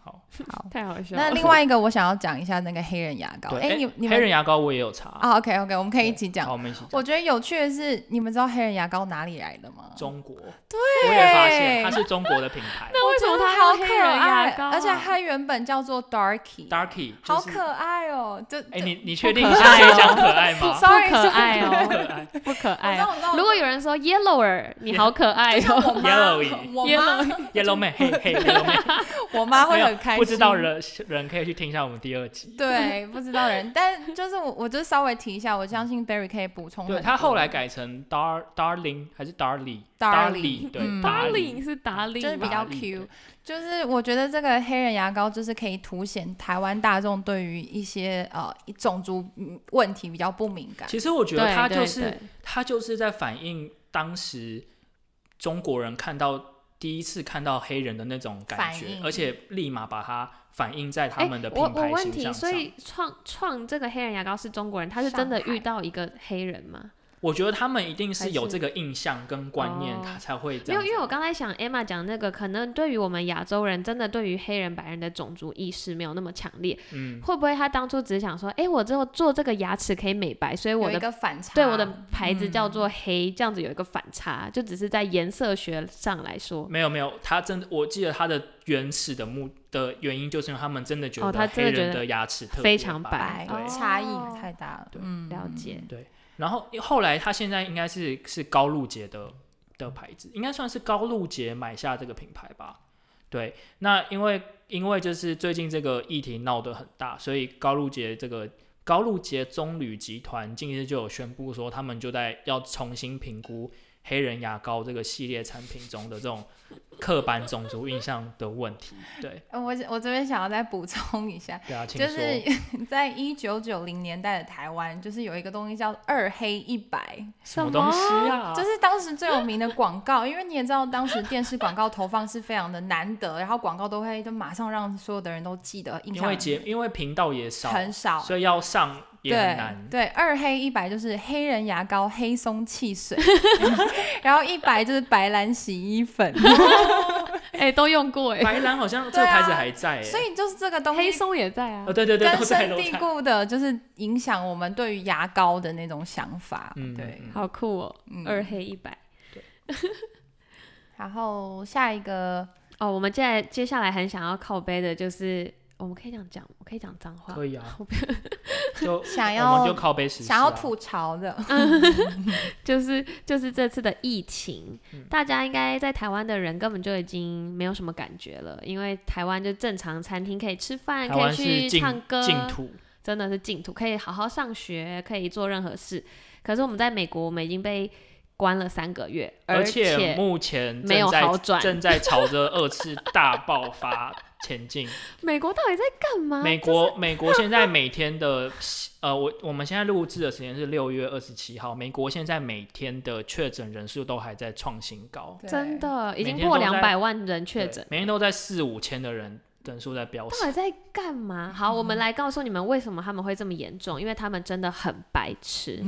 S1: 好，
S3: 好，
S2: 太好笑了。
S3: 那另外一个我想要讲一下那个黑人牙膏。
S1: 对，
S3: 哎、你你
S1: 黑
S3: 们
S1: 人牙膏我也有查，
S3: 啊，OK OK，我们可以一起
S1: 好，
S3: 讲。
S1: 我们一起讲。
S3: 我觉得有趣的是，你们知道黑人牙膏哪里来的吗？
S1: 中国，对，我也发现它是中国的品牌
S2: 那为什么它
S3: 好
S2: 用黑
S3: 可
S2: 人牙
S3: 爱，
S2: 膏啊？
S3: 而且 它原本叫做 Darky，
S1: ，Darky，
S3: 好
S1: 就是
S3: 可爱哦。这
S1: 哎，
S3: 这
S1: 你你确定
S2: 可
S1: 你是
S2: 爱
S1: 可以
S2: 哦
S1: 讲可 爱吗？
S3: Sorry，
S2: 不可爱哦
S1: 不可爱，
S2: 不可
S3: 我
S1: 哎
S2: 爱
S3: 知
S2: 哦、
S3: 道我知道，
S2: 如果有人说 yellower，你好可爱
S3: 像
S2: 哦、
S3: 我妈
S1: Yellowy，
S3: 我
S2: yellow
S3: 妈
S1: Yellow Man，嘿嘿，Yellow Man，
S3: 我妈
S1: 没
S3: 会
S1: 有
S3: 很开心。
S1: 不知道人人可以去听一下我们第二集。
S3: 对，不知道人， 但就是我，我就稍微提一下，我相信 Barry 可以补充很多。
S1: 对他后来改成 Dar Darling 还是 Darly，Darly
S3: Darlie，
S1: 对
S3: 嗯
S2: darling 是达令
S3: 就是比
S2: 吧
S3: 较
S1: 达利
S3: Q，就是我觉得这个黑人牙膏就是可以凸显台湾大众对于一些呃种族嗯问题比较不敏感。
S1: 其实我觉得
S2: 对
S1: 他
S2: 对
S1: 就是
S2: 对
S1: 他就是在反映当时中国人看到第一次看到黑人的那种感
S3: 反
S1: 觉，
S3: 应
S1: 而且立马把它反映在他
S2: 哎，
S1: 们的
S2: 我
S1: 品
S2: 我
S1: 牌
S2: 问
S1: 形
S2: 题，
S1: 象
S2: 所
S1: 上。
S2: 以创创这个黑人牙膏是中国人，他是真的
S3: 上海
S2: 遇到一个黑人吗？
S1: 我觉得他们一定
S2: 还
S1: 是有
S2: 是
S1: 这个印象跟观念，
S2: 哦
S1: 他才会这
S2: 没有，
S1: 样子。
S2: 因为我刚才想 Emma 讲那个，可能对于我们亚洲人，真的对于黑人、白人的种族意识没有那么强烈。
S1: 嗯，
S2: 会不会他当初只是想说，哎、我之后做这个牙齿可以美白，所以我
S3: 有一
S2: 的
S3: 个反 差，
S2: 对我的牌子叫做黑，这样子有一个反差，就只是在颜色学上来说，
S1: 没有没有，他真的，我记得他的原始的目的原因，就是因为他们真的觉
S2: 哦他
S1: 得
S2: 真
S1: 黑
S2: 的觉
S1: 人
S2: 得
S1: 的牙齿特别
S2: 非常
S1: 白。
S2: 白
S3: 白，
S1: 对
S3: 差异
S2: 哦
S3: 太大了
S1: 对。
S3: 嗯，
S2: 了解。
S1: 然后后来他现在应该是是高露洁的的牌子，应该算是高露洁买下这个品牌吧。对，那因为因为就是最近这个议题闹得很大，所以高露洁这个高露洁棕榈集团近日就有宣布说，他们就在要重新评估黑人牙膏这个系列产品中的这种刻板种族印象的问题。对，
S3: 呃我我这边想要再补充一下，
S1: 对啊，请
S3: 就
S1: 说。
S3: 是 在一九九零年代的台湾，就是有一个东西叫二黑一白，
S1: 什
S2: 什
S1: 么东西啊？
S3: 就是当时最有名的广告，因为你也知道，当时电视广告投放是非常的难得，然后广告都会就马上让所有的人都记得，印
S1: 因为
S3: 象
S1: 节因为频道也少，
S3: 很少。
S1: 所以要上也很
S3: 对
S1: 难。
S3: 对，二黑一白就是黑人牙膏、黑松 汽水，然后一白就是白兰洗 衣粉，
S2: 哎、都用过哎、
S1: 白兰好像这
S3: 对
S1: 个
S3: 啊
S1: 牌子还在哎、
S3: 所以就是这个东
S2: 黑
S3: 西
S2: 松也在啊
S1: 哦，， 对对对，
S3: 根
S1: 都在
S3: 深
S1: 都
S3: 蒂
S1: 在。
S3: 固的，就是影响我们对于牙膏的那种想法。
S1: 嗯，
S3: 对，
S1: 嗯，
S2: 好酷哦、
S3: 嗯
S2: 二黑一白。
S3: 然后下一个
S2: 哦，我们接下来接下来很想要靠背的就是，我们可以这样讲，我可以讲脏话，
S1: 可以啊
S2: 我不要
S1: 就
S3: 想
S1: 我们
S3: 要
S1: 就靠背实施、啊，
S3: 想要吐槽的，
S2: 就是就是这次的疫情，
S1: 嗯
S2: 大家应该在台湾的人根本就已经没有什么感觉了，因为台湾就正常餐厅可以吃饭，
S1: 台
S2: 可
S1: 湾
S2: 以
S1: 是
S2: 去
S1: 净
S2: 唱歌，
S1: 净土，
S2: 真的是净土，可以好好上学，可以做任何事。可是我们在美国，我们已经被关了三个月，
S1: 而
S2: 且
S1: 目前
S2: 没有
S1: 正在
S2: 好转
S1: 正在朝着二次大爆发 前进。
S2: 美国到底在干嘛？
S1: 美国美国现在每天的呃，我我们现在录制的时间是六月二十七号，美国现在每天的确诊人数都还在创新高，
S3: 对
S2: 真的已经
S1: 每天
S2: 破
S1: 都在
S2: 两百万人确
S1: 对
S2: 诊，
S1: 每天都在四五千的人人数在飙
S2: 到
S1: 升
S2: 底。在干嘛？好，我们来告诉你们为什么他们会这么严重，因为他们真的很白痴。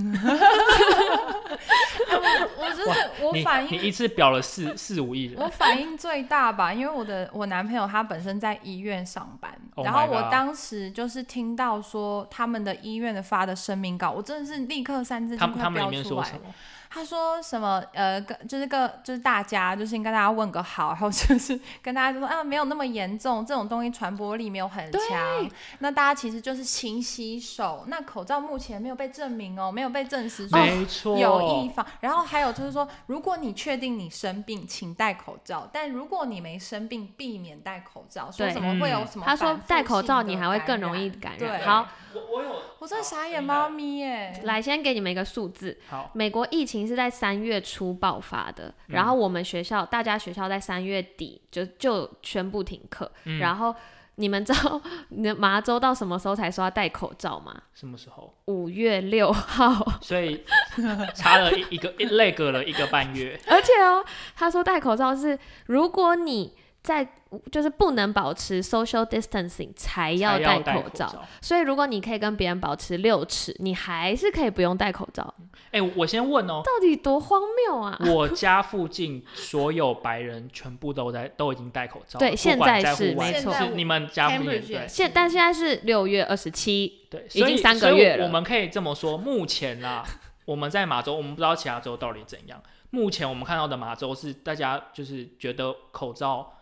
S3: 我就是我
S1: 你
S3: 反
S1: 你
S3: 应
S1: 一次表了四四五亿人，
S3: 我反应最大吧，因为我的我男朋友他本身在医院上班
S1: Oh
S3: 然后
S1: my
S3: 我
S1: God
S3: 当时就是听到说他们的医院的发的声明稿，我真的是立刻三字
S1: 他
S3: 经
S1: 们
S3: 快
S1: 他们里
S3: 飙
S1: 面
S3: 出
S1: 说
S3: 来
S1: 什。么？
S3: 他说什么？呃，跟就是个就是大家就是应该大家问个好，然后就是跟大家就说啊，没有那么严重，这种东西传播力没有很强。那大家其实就是勤洗手，那口罩目前没有被证明哦，没有被证实说
S1: 没错，
S3: 有预防，然后还有就是说，如果你确定你生病，请戴口罩；但如果你没生病，避免戴口罩。说
S2: 对嗯
S3: 什么会有什么
S2: 他
S3: 反复性的感
S2: 说
S3: 染？
S2: 戴口罩你还会更容易感染。
S3: 对
S2: 好，
S1: 我我有，
S3: 我真的傻眼
S1: 好
S3: 猫咪耶！
S2: 来先给你们一个数字，
S1: 好，
S2: 美国疫情是在三月初爆发的，然后我们学校、大家学校在三月底就就宣布停课，
S1: 嗯
S2: 然后你们知道 你的麻州到什么时候才说要戴口罩吗？
S1: 什么时候？
S2: 五月六号，
S1: 所以差了 一一个一累隔了一个半月，
S2: 而且哦，他说戴口罩是如果你在就是不能保持 social distancing 才要
S1: 才要
S2: 戴口罩。所以如果你可以跟别人保持六尺，你还是可以不用戴口罩，
S1: 哎、我先问哦，
S2: 到底多荒谬啊！
S1: 我家附近所有白人全部都在都已经戴口罩了，
S2: 对
S1: 不
S2: 现
S1: 管
S2: 在
S1: 在
S2: 是
S1: 户外
S2: 没错
S1: 是你们家附近
S3: Cambridge
S1: 对
S3: 也
S2: 现但现在是六月二十七，
S1: 对，
S2: 已
S1: 所
S2: 经
S1: 以
S2: 三个
S1: 所以
S2: 月
S1: 我
S2: 了
S1: 我们可以这么说，目前啦， 我们在马州，我们不知道其他州到底怎样。目前我们看到的马州是大家就是觉得口罩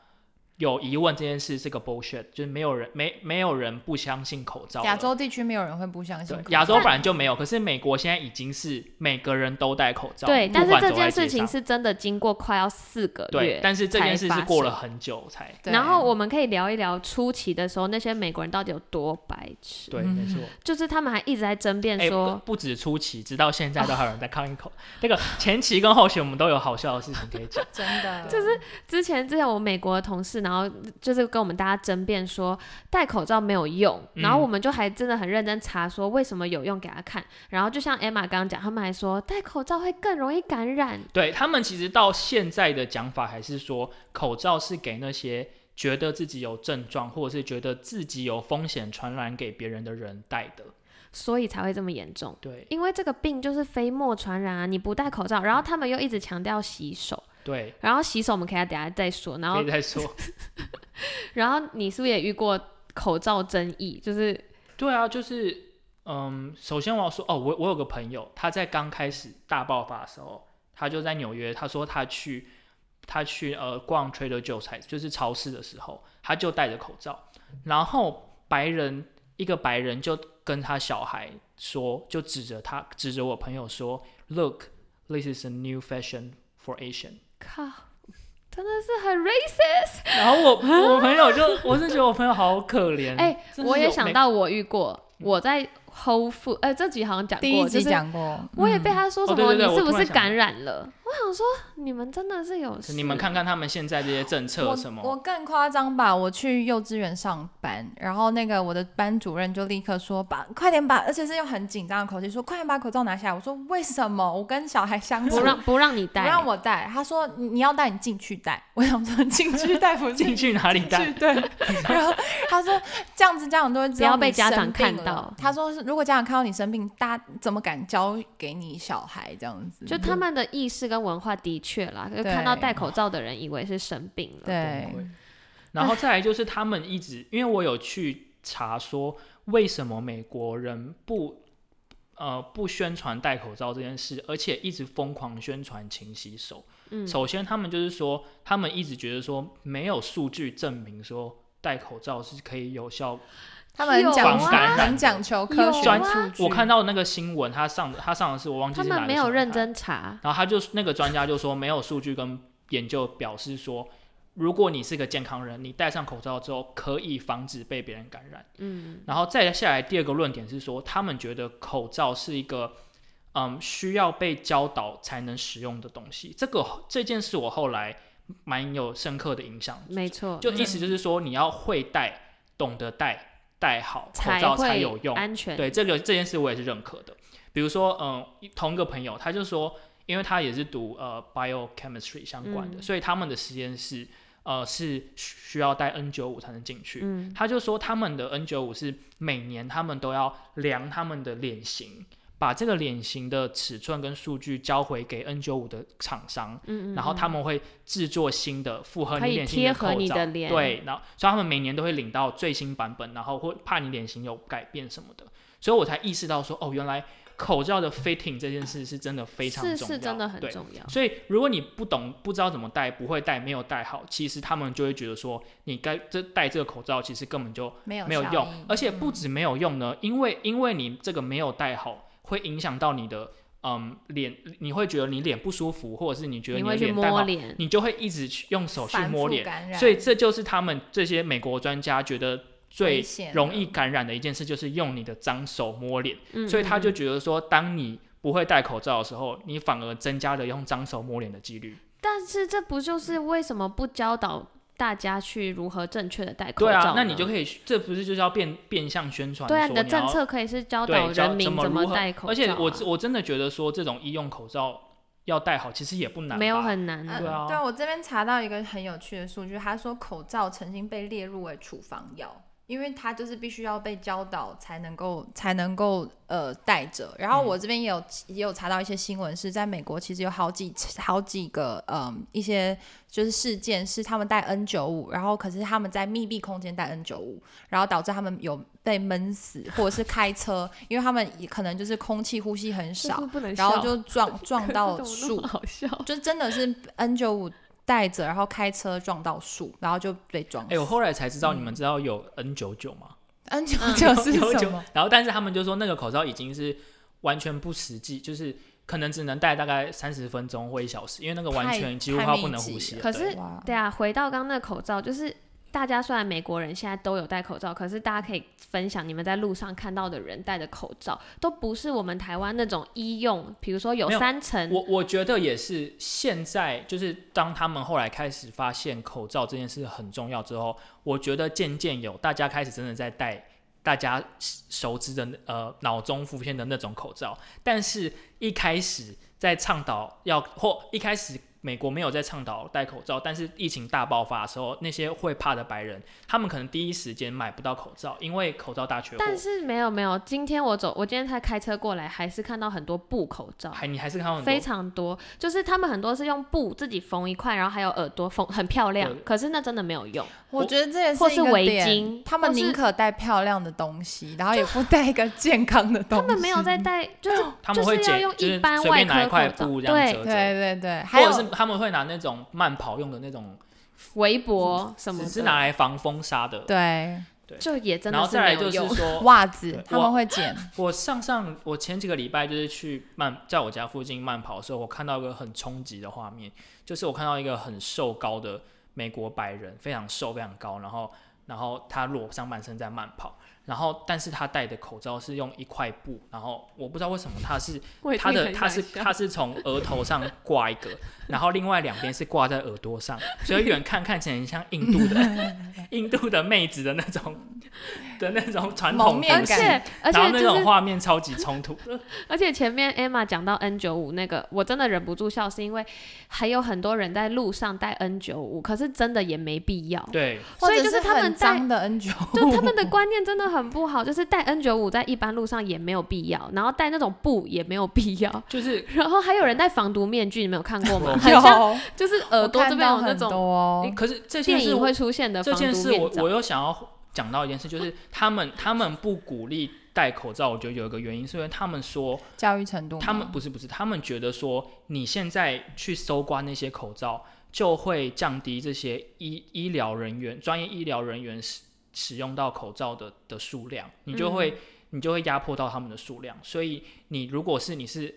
S1: 有疑问这件事是个 bullshit，就是没有人没没有人不相信口罩了。
S3: 亚洲地区没有人会不相信
S1: 对
S3: 口罩。
S1: 亚洲本来就没有，可是美国现在已经是每个人都戴口罩，
S2: 对，
S1: 不
S2: 但是
S1: 管
S2: 这
S1: 走在
S2: 件事
S1: 街
S2: 情
S1: 上
S2: 是真的经过快要四个
S1: 对，
S2: 月。
S1: 但是这件事
S2: 才
S1: 是
S2: 发
S1: 过
S2: 生
S1: 了很久才
S3: 对
S2: 然后我们可以聊一聊初期的时候，那些美国人到底有多白痴？
S1: 对，
S3: 嗯
S1: 没错。
S2: 就是他们还一直在争辩
S1: 哎、不
S2: 嗯说，
S1: 不止初期，直到现在都还有人在抗议口。那个前期跟后期，我们都有好笑的事情可以讲。
S3: 真的
S2: 就是之前之前我美国的同事，然后就是跟我们大家争辩说戴口罩没有用，
S1: 嗯
S2: 然后我们就还真的很认真查说为什么有用给他看，然后就像 Emma 刚刚讲，他们还说戴口罩会更容易感染，
S1: 对他们其实到现在的讲法还是说，口罩是给那些觉得自己有症状或者是觉得自己有风险传染给别人的人戴的。
S2: 所以才会这么严重。
S1: 对
S2: 因为这个病就是飞沫传染啊，你不戴口罩，然后他们又一直强调洗手，
S1: 对，
S2: 然后洗手我们可以等一下再说，然
S1: 可
S2: 后
S1: 以再说。
S2: 然后你是不是也遇过口罩争议？就是
S1: 对啊，就是嗯，首先我要说哦，我我有个朋友，他在刚开始大爆发的时候，他就在纽约，他说他去他去呃逛 Trader Joe 才就是超市的时候，他就戴着口罩，然后白人一个白人就跟他小孩说，就指着他指着我朋友说，Look, this is a new fashion for Asian。
S2: 靠，真的是很 racist。
S1: 然后我我朋友就我是觉得我朋友好可怜，
S2: 哎、
S1: 真是
S2: 我也
S1: 有
S2: 想
S1: 没嗯
S2: 到我遇过，我在 Whole Food，呃，这集好像讲
S3: 第一
S2: 过，就
S3: 集
S2: 是
S3: 讲过，嗯
S2: 我也被他说
S1: 哦
S2: 什
S1: 对
S2: 么，
S1: 对对
S2: 你
S1: 我
S2: 是不
S1: 突
S2: 是
S1: 然想
S2: 感染了？我想说，你们真的是有
S1: 是
S2: 事，
S1: 你们看看他们现在这些政策
S3: 我
S1: 什么。
S3: 我更夸张吧，我去幼稚园上班，然后那个我的班主任就立刻说把快点把，而且是用很紧张的口气说快点把口罩拿下来。我说为什么？我跟小孩相处
S2: 不 让不让你
S3: 不
S2: 戴，
S3: 让我戴，他说你你要戴你进去戴。 我想说进去戴不
S1: 进
S3: 进
S1: 去
S3: 去。
S1: 哪里戴？
S3: 对，然后他说这样子家长都会知
S2: 不要
S3: 道
S2: 被
S3: 你
S2: 家长
S3: 生病
S2: 看
S3: 了
S2: 到。
S3: 他说是如果家长看到你生病，大家怎么敢教给你小孩这样子？
S2: 就
S1: 嗯
S2: 他们的意识跟文化的确啦，就看到
S3: 对
S2: 戴口罩的人以为是生病了。
S3: 对，
S1: 然后再来就是他们一直，因为我有去查说为什么美国人不呃不宣传戴口罩这件事，而且一直疯狂宣传勤洗手。
S2: 嗯，
S1: 首先，他们就是说，他们一直觉得说没有数据证明说戴口罩是可以有效。
S3: 他们很
S1: 有
S3: 讲
S1: 啊感染
S3: 很讲求科
S2: 有
S3: 学
S1: 专
S2: 啊
S1: 我看到那个新闻，他上的他上的是我忘记
S2: 他
S1: 是哪
S2: 们
S1: 个
S2: 没有
S1: 新闻
S2: 认
S1: 台
S2: 真查，
S1: 然后他就那个专家就说，没有数据跟研究表示说，如果你是个健康人，你戴上口罩之后可以防止被别人感染。
S2: 嗯，
S1: 然后再下来第二个论点是说，他们觉得口罩是一个嗯需要被教导才能使用的东西。这个这件事我后来蛮有深刻的影响，
S2: 没错，
S1: 就意思就是说你要会戴，懂得戴，戴好口
S2: 才
S1: 罩才
S2: 会
S1: 有用。
S2: 安全。
S1: 对这个这件事我也是认可的。比如说，嗯，同一个朋友他就说，因为他也是读呃 biochemistry 相关的，
S2: 嗯
S1: 所以他们的实验室呃是需要戴 N 9 5才能进去。
S2: 嗯，
S1: 他就说他们的 N 9 5是每年他们都要量他们的脸型，把这个脸型的尺寸跟数据交回给 N 9 5的厂商，
S2: 嗯嗯，
S1: 然后他们会制作新的符合
S2: 可
S1: 你
S2: 以
S1: 脸型
S2: 贴
S1: 的
S2: 合
S1: 口
S2: 你
S1: 罩
S2: 的脸
S1: 对，然后所以他们每年都会领到最新版本，然后会怕你脸型有改变什么的，所以我才意识到说，哦，原来口罩的 fitting 这件事是真的非常重
S2: 嗯是
S1: 要，
S2: 是真的很
S1: 对。
S2: 重要。
S1: 所以如果你不懂、不知道怎么戴、不会戴、没有戴好，其实他们就会觉得说，你该这戴这个口罩其实根本就
S3: 没有
S1: 没有
S3: 效
S1: 用
S3: 益，
S1: 而且不
S3: 嗯
S1: 止没有用呢，因为因为你这个没有戴好，会影响到你的。嗯，脸你会觉得你脸不舒服，或者是你觉得
S2: 你
S1: 的
S2: 会去
S1: 脸戴好
S2: 摸脸，
S1: 你就会一直去用手去
S3: 反
S1: 摸
S3: 复
S1: 脸，
S3: 感染
S1: 所以这就是他们这些美国专家觉得
S3: 危
S1: 最
S3: 险的
S1: 容易感染的一件事，就是用你的脏手摸脸。
S2: 嗯
S1: 所以他
S2: 嗯
S1: 就觉得说，当你不会戴口罩的时候，你反而增加了用脏手摸脸的几率。
S2: 但是这不就是为什么不教导大家去如何正确的戴口罩
S1: 对
S2: 呢？
S1: 啊，那你就可以，这不是就是要变变相宣传？
S2: 对啊，
S1: 说
S2: 你的
S1: 要
S2: 政策可以是教导
S1: 对教
S2: 人民
S1: 怎
S2: 怎
S1: 如
S2: 么
S1: 何
S2: 戴口罩啊、
S1: 而且我我真的觉得说，这种医用口罩要戴好，其实也不难吧，
S2: 没有很难
S1: 对
S2: 的。
S1: 啊
S3: 对我这边查到一个很有趣的数据，他说口罩曾经被列入为处方药，因为它就是必须要被教导才能够才能够呃戴着。然后我这边也有、也有查到一些新闻，是在美国其实有好几好几个嗯一些就是事件是他们戴 N 9 5然后可是他们在密闭空间戴 N 9 5然后导致他们有被闷死，或者是开车，因为他们也可能就是空气呼吸很
S2: 这是不
S3: 少。
S2: 是不能
S3: 然后
S2: 笑
S3: 就撞撞
S2: 可
S3: 到
S2: 是 怎么那
S3: 树嗯
S2: 么，好笑。
S3: 就真的是 N 九五戴着，然后开车撞到树，然后就被撞
S1: 哎、
S3: 死。
S1: 我后来才知
S2: 嗯
S1: 道，你们知道有 N 九九 吗？
S3: N 九九是
S1: 嗯有
S3: 什
S1: 九
S3: 么？，
S1: 然后但是他们就说那个口罩已经是完全不实际，就是可能只能戴大概三十分钟或一小时，因为那个完
S3: 太
S1: 全几乎
S3: 太
S1: 快
S3: 密
S1: 不能
S3: 集
S1: 呼吸
S3: 了
S1: 了。
S2: 可
S1: 对
S2: 是
S3: 哇
S2: 对啊，回到刚刚那个口罩，就是大家虽然美国人现在都有戴口罩，可是大家可以分享你们在路上看到的人戴的口罩，都不是我们台湾那种医用，比如说有
S1: 没有
S2: 三层，
S1: 我我觉得也是，现在就是当他们后来开始发现口罩这件事很重要之后，我觉得渐渐有大家开始真的在戴大家熟知的那呃脑中浮现的那种口罩，但是一开始在倡导要或一开始。美国没有在倡导戴口罩，但是疫情大爆发的时候，那些会怕的白人，他们可能第一时间买不到口罩，因为口罩大缺货。
S2: 但是没有没有，今天我走，我今天才开车过来，还是看到很多布口罩。
S1: 还你还是看到很多
S2: 非常多，就是他们很多是用布自己缝一块，然后还有耳朵缝，很漂亮
S1: 对。
S2: 可是那真的没有用，
S3: 我觉得这也
S2: 或
S3: 一
S2: 是
S3: 个
S2: 围
S3: 点
S2: 巾
S3: 他们
S2: 或是
S3: 宁可戴漂亮的东西，然后也不戴一个健康的东
S2: 他
S3: 西。
S2: 们 没有在戴，就是
S1: 他们会
S2: 就是要
S1: 剪，
S2: 用
S1: 就是
S2: 一般
S1: 随便
S2: 外
S1: 拿一
S2: 科
S1: 块
S2: 口罩
S1: 布这样
S2: 对
S1: 折折，
S3: 对对对，还
S1: 或
S3: 有
S1: 者是他们会拿那种慢跑用的那种，
S2: 围脖什么
S1: 嗯只
S2: 的，
S1: 是拿来防风沙的。
S3: 对
S2: 就也真
S1: 然
S2: 的
S1: 后
S2: 是
S1: 再
S2: 没
S1: 来
S2: 有
S1: 就是
S2: 用。
S1: 说，
S3: 袜子
S1: 对
S3: 他们会剪，
S1: 我上上我前几个礼拜就是去慢，在我家附近慢跑的时候，我看到一个很冲击的画面，就是我看到一个很瘦高的美国白人，非常瘦非常高，然后然后他裸上半身在慢跑，然后但是他戴的口罩是用一块布，然后我不知道为什么他是
S2: 我也
S1: 他
S2: 听
S1: 的
S2: 很
S1: 他
S2: 想
S1: 是
S2: 笑
S1: 他是从额头上挂一个，然后另外两边是挂在耳朵上，所以远看看起来很像印度的印度的妹子的那种的那种传
S3: 蒙
S1: 统
S3: 面
S1: 服
S2: 而
S1: 饰
S3: 感
S2: 且而
S1: 然后
S2: 且
S1: 那
S2: 就
S1: 种
S2: 是，
S1: 画面超级冲突，
S2: 而且前面 Emma 讲到 N 九五那个，我真的忍不住笑，是因为还有很多人在路上戴 N 九五，可是真的也没必要。
S1: 对，
S2: 所以
S3: 或
S2: 就
S3: 者
S2: 是他们
S3: 很
S2: 戴
S3: 脏的 N 九，
S2: 就他 们的观念真的很不好，就是戴 N 九五在一般路上也没有必要，然后戴那种布也没有必要，
S1: 就是
S2: 然后还有人戴防毒面具，你们有看过吗？
S1: 有
S2: 很像，就是耳朵这边有那
S3: 很
S2: 种
S3: 多哦
S1: 可是这
S2: 哦
S1: 件
S2: 电
S1: 事
S2: 影会出现的
S1: 这
S2: 防
S1: 件
S2: 毒
S1: 事我
S2: 面罩
S1: 我。又想要讲到一件事，就是他们他们不鼓励戴口罩，我觉得有一个原因是因为他们说
S3: 教育程度吗，
S1: 他
S2: 哦
S1: 们不是不是，他们觉得说你现在去搜刮那些口罩，就会降低这些医医疗人员、专业医疗人员使使用到口罩的的数量，你就
S2: 嗯
S1: 会、你就会压迫到他们的数量。所以你如果是你是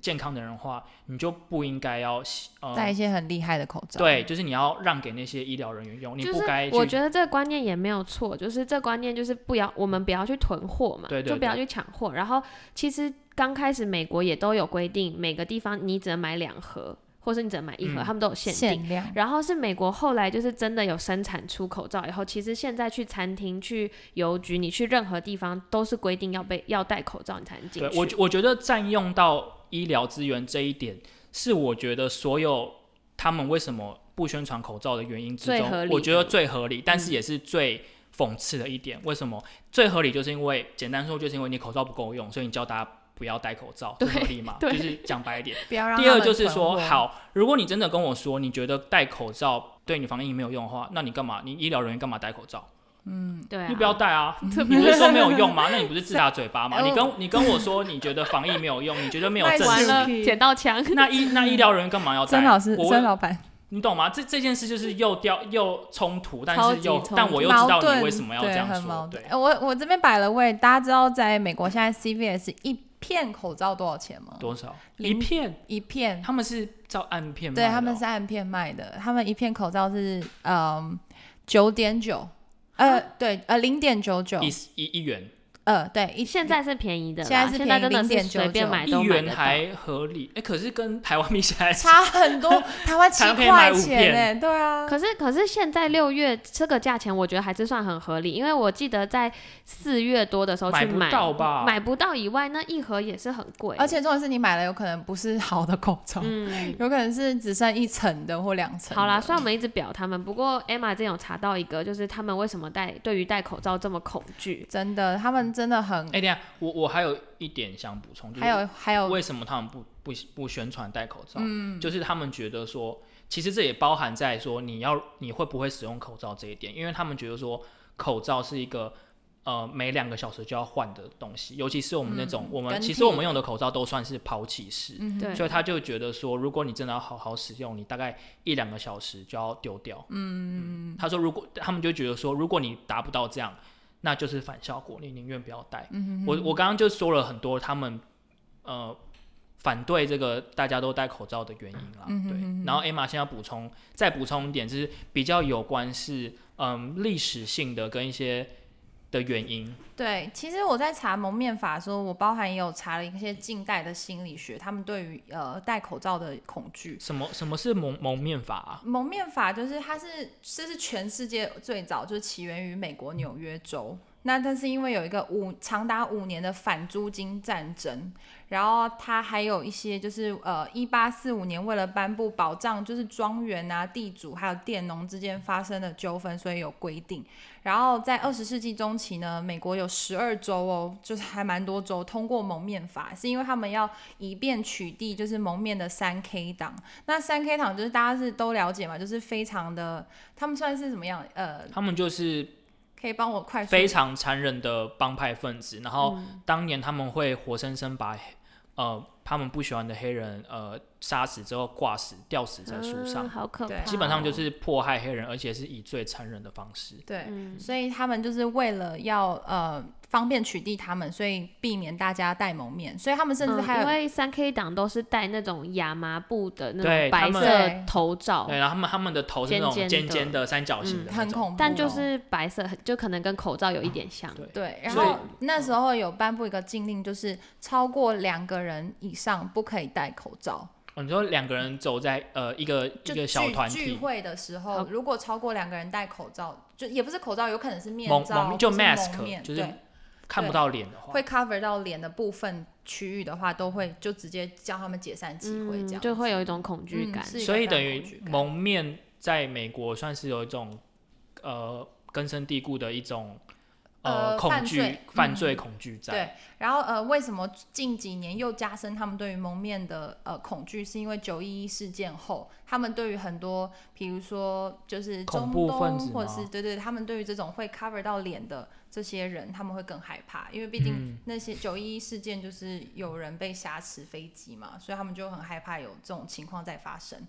S1: 健康的人的话，你就不应该要呃
S3: 戴一些很厉害的口罩。
S1: 对，就是你要让给那些医疗人员用，你
S2: 就
S1: 不
S2: 是
S1: 该去
S2: 我觉得这个观念也没有错，就是这观念就是不要我们不要去囤货嘛，
S1: 对对
S2: 就不要去抢货。然后其实刚开始美国也都有规定，每个地方你只能买两盒，或是你只能买一盒，
S1: 嗯
S2: 他们都有限定。
S3: 限量
S2: 然后是美国后来就是真的有生产出口罩以后，其实现在去餐厅、去邮局，你去任何地方都是规定要被要戴口罩你才能进
S1: 对
S2: 去。
S1: 我觉我觉得占用到医疗资源这一点，是我觉得所有他们为什么不宣传口罩的原因之
S2: 最合
S1: 中，
S2: 理
S1: 我觉得
S2: 的
S1: 最合理，但是也是最讽刺的一点。为什么最合理？就是因为简单说，就是因为你口罩不够用，所以你叫大家不要戴口罩，这
S2: 对
S1: 合理嘛？就
S2: 对
S1: 是讲白一点。
S3: 不要让
S1: 第
S3: 他
S1: 二
S3: 们
S1: 就是
S3: 囤
S1: 说，
S3: 货，
S1: 好，如果你真的跟我说你觉得戴口罩对你防疫没有用的话，那你干嘛？你医疗人员干嘛戴口罩？
S2: 对啊，
S1: 你不要戴啊！
S2: 特
S1: 你
S2: 别
S1: 不是说没有用吗？那你不是自打嘴巴吗？
S3: 哎
S1: 你
S3: 我
S1: 跟你跟我说你觉得防疫没有用，你觉得没有
S3: 卖
S1: 证
S2: 哦完
S1: 据，
S2: 了
S3: Suki
S2: 捡到枪。
S1: 那医那医疗人员干嘛要戴？
S3: 曾老师，
S1: 我
S3: 曾老板
S1: 你懂吗？这这件事就是又掉又冲突，但
S2: 超
S1: 是
S2: 级
S1: 又
S2: 冲突
S1: 但我又知
S3: 矛
S1: 道
S3: 盾
S1: 你为什么要这
S3: 对
S1: 样
S3: 很
S1: 说
S3: 矛，
S1: 对
S3: 盾。，呃我我这边摆了位，大家知道在美国现在 CVS 一片口罩多少钱吗？
S1: 多少一
S3: 零
S1: 片？
S3: 一片，
S1: 他们是照按片卖
S3: 对，
S1: 的哦
S3: 他们是按片卖的，他们一片口罩是
S2: 啊
S3: 嗯九点九，呃，对，呃零点九九
S1: 哦一一一元，
S3: 呃，对，一
S2: 现在是便宜的啦，
S3: 现在是
S2: 现
S3: 便
S2: 在真
S3: 宜
S2: 的是
S3: 0.99
S2: 随便买
S1: 一
S2: 都买得
S1: 元
S2: 到。
S1: 还合理，哎、可是跟台湾比起来，
S3: 差 很多，台湾七
S1: 台湾可以买
S3: 块
S1: 五
S3: 钱
S1: 片
S3: 哎、对啊，
S2: 可是可是现在六月这个价钱，我觉得还是算很合理，因为我记得在四月多的时候去
S1: 买不
S2: 买，
S1: 到吧
S2: 买不到以外，那一盒也是很贵，
S3: 而且重点是你买了有可能不是好的口罩，
S2: 嗯。
S3: 有可能是只剩一层的或两层的。
S2: 好啦，虽然我们一直表他们，不过 Emma 之前有查到一个，就是他们为什么戴对于戴口罩这么恐惧，
S3: 真的，他们真的很，
S1: 哎、等一下我我还有一点想补充，就是
S3: 还有还有，
S1: 为什么他们不不不宣传戴口罩？嗯，就是他们觉得说，其实这也包含在说你要你会不会使用口罩这一点，因为他们觉得说口罩是一个呃每两个小时就要换的东西，尤其是我们那种、我
S3: 更
S1: 们
S3: 替
S1: 其实我们用的口罩都算是抛弃式，
S3: 嗯
S2: 对
S1: 所以他就觉得说，如果你真的要好好使用，你大概一两个小时就要丢掉。嗯，他说如果他们就觉得说，如果你达不到这样，那就是反效果，你宁愿不要戴。嗯、我我刚刚就说了很多他们呃反对这个大家都戴口罩的原因啦。
S3: 嗯哼
S1: 对，
S3: 嗯哼
S1: 然后 Emma 现在补充再补充一点，就是比较有关是嗯历史性的跟一些的原因。
S3: 对，其实我在查蒙面法的时候，我包含也有查了一些近代的心理学，他们对于呃戴口罩的恐惧。
S1: 什么什么是蒙蒙面法啊？
S3: 蒙面法就是它是这是全世界最早就是起源于美国纽约州。那但是因为有一个五长达五年的反租金战争，然后它还有一些就是呃，一八四五年为了颁布保障就是庄园啊、地主还有佃农之间发生的纠纷，所以有规定。然后在二十世纪中期呢，美国有十二州哦，就是还蛮多州通过蒙面法，是因为他们要以便取缔就是蒙面的三 K 党。那三 K 党就是大家是都了解嘛，就是非常的，他们算是怎么样？呃，
S1: 他们就是
S3: 可以帮我快速
S1: 非常残忍的帮派分子，然后
S3: 嗯
S1: 当年他们会活生生把呃他们不喜欢的黑人呃杀死之后挂死吊死在树上，
S2: 嗯好可
S3: 对
S2: 怕哦，
S1: 基本上就是迫害黑人，而且是以最残忍的方式。
S3: 对，
S2: 嗯
S3: 所以他们就是为了要呃方便取缔他们，所以避免大家戴蒙面，所以他们甚至
S2: 嗯
S3: 还
S2: 因
S3: 有、
S2: 为三 K 党都是戴那种亚麻布的那
S1: 对
S2: 种
S1: 他
S2: 白
S1: 们
S2: 色头罩
S1: 对，，然后他们他们的头是那种
S2: 尖尖
S1: 尖
S2: 的
S1: 尖的三角形的那
S3: 很
S1: 种，
S3: 恐怖哦、
S2: 但就是白色，就可能跟口罩有一点像。
S1: 对
S3: 对，然
S1: 所以
S3: 后那时候有颁布一个禁令，就是超过两个人以上不可以戴口罩。
S1: 哦你说两个人走在呃一个一
S3: 就
S1: 个小
S3: 聚
S1: 团
S3: 聚
S1: 体，
S3: 会的时候
S2: 好，
S3: 如果超过两个人戴口罩，就也不是口罩，有可能是面
S1: 蒙
S3: 罩，
S1: 蒙就
S3: 或是
S1: mask，
S3: 蒙面
S1: 就是
S3: 对
S1: 看不到脸的话
S3: 会，cover 到脸的部分区域的话，都会就直接叫他们解散集会，这样、
S2: 嗯就会有一种恐惧
S3: 嗯
S2: 感。
S3: 是一个
S1: 所以
S3: 非常
S1: 等
S3: 恐惧
S1: 于
S3: 感
S1: 蒙面在美国算是有一种呃根深蒂固的一种
S3: 呃
S1: 恐
S3: 犯
S1: 惧
S3: 罪
S1: 犯
S3: 嗯
S1: 罪恐惧在。
S3: 对，然后呃，为什么近几年又加深他们对于蒙面的呃恐惧？是因为九一一事件后，他们对于很多，比如说就是
S1: 恐
S3: 中
S1: 怖分子
S3: 东，或者
S1: 吗
S3: 是对对，他们对于这种会 cover 到脸的这些人，他们会更害怕，因为毕竟
S1: 嗯
S3: 那些九一一事件就是有人被挟持飞机嘛，所以他们就很害怕有这种情况在发生。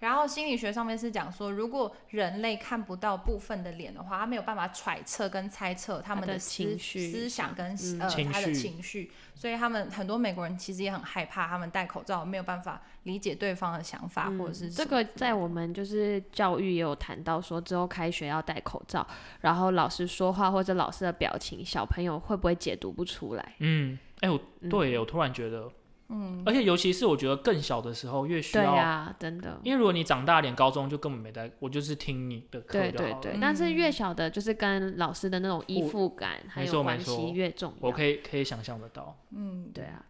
S3: 然后心理学上面是讲说，如果人类看不到部分的脸的话，他没有办法揣测跟猜测他
S2: 他
S3: 们
S2: 的
S3: 思
S2: 情绪
S3: 思想跟、
S2: 嗯
S3: 呃
S1: 情
S3: 他的
S1: 绪
S3: 情绪，所以他们很多美国人其实也很害怕，他们戴口罩没有办法理解对方的想
S1: 啊
S3: 法、或者是
S2: 嗯这
S3: 什么
S2: 个在我们就是教育也有谈到说，之后开学要戴口罩，然后老师说话或者老师的表情，小朋友会不会解读不出来？
S1: 嗯，哎、我
S2: 嗯
S1: 对耶，我突然觉得，嗯，而且尤其是我觉得更小的时候越需
S2: 对
S1: 要，
S2: 呀、真的。
S1: 因为如果你长大一点，高中就根本没在，我就是听你的课
S2: 对
S1: 就好
S2: 对
S1: 了。嗯
S2: 对，但是越小的，就是跟老师的那种依
S1: 我
S2: 附感还
S1: 没
S2: 有
S1: 错
S2: 关
S1: 没
S2: 系
S1: 错
S2: 越重要。
S1: 我可以可以想象得到，
S3: 嗯
S2: 对啊，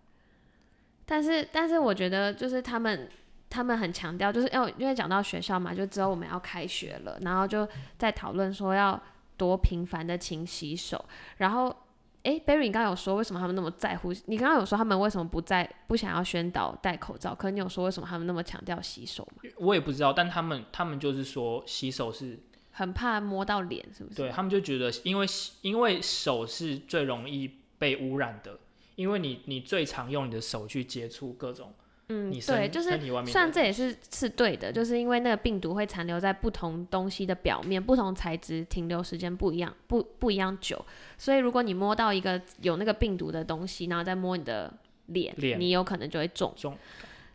S2: 但是但是我觉得就是他们他们很强调，就是因为因为讲到学校嘛，就之后我们要开学了，然后就在讨论说要多频繁的勤洗手，然后。诶 b e r r y 你刚刚有说为什么他们那么在乎？你刚刚有说他们为什么不在不想要宣导戴口罩？可你有说为什么他们那么强调洗手吗？
S1: 我也不知道，但他们他们就是说洗手是
S2: 很怕摸到脸，是不是？
S1: 对他们就觉得，因为洗因为手是最容易被污染的，因为你你最常用你的手去接触各种
S2: 嗯，
S1: 你
S2: 对，
S1: 身
S2: 就是
S1: 身体外面
S2: 虽然
S1: 的，
S2: 这也是是对的，就是因为那个病毒会残留在不同东西的表面，不同材质停留时间不一样，不不一样久。所以如果你摸到一个有那个病毒的东西，然后再摸你的脸，
S1: 脸
S2: 你有可能就会中。
S1: 中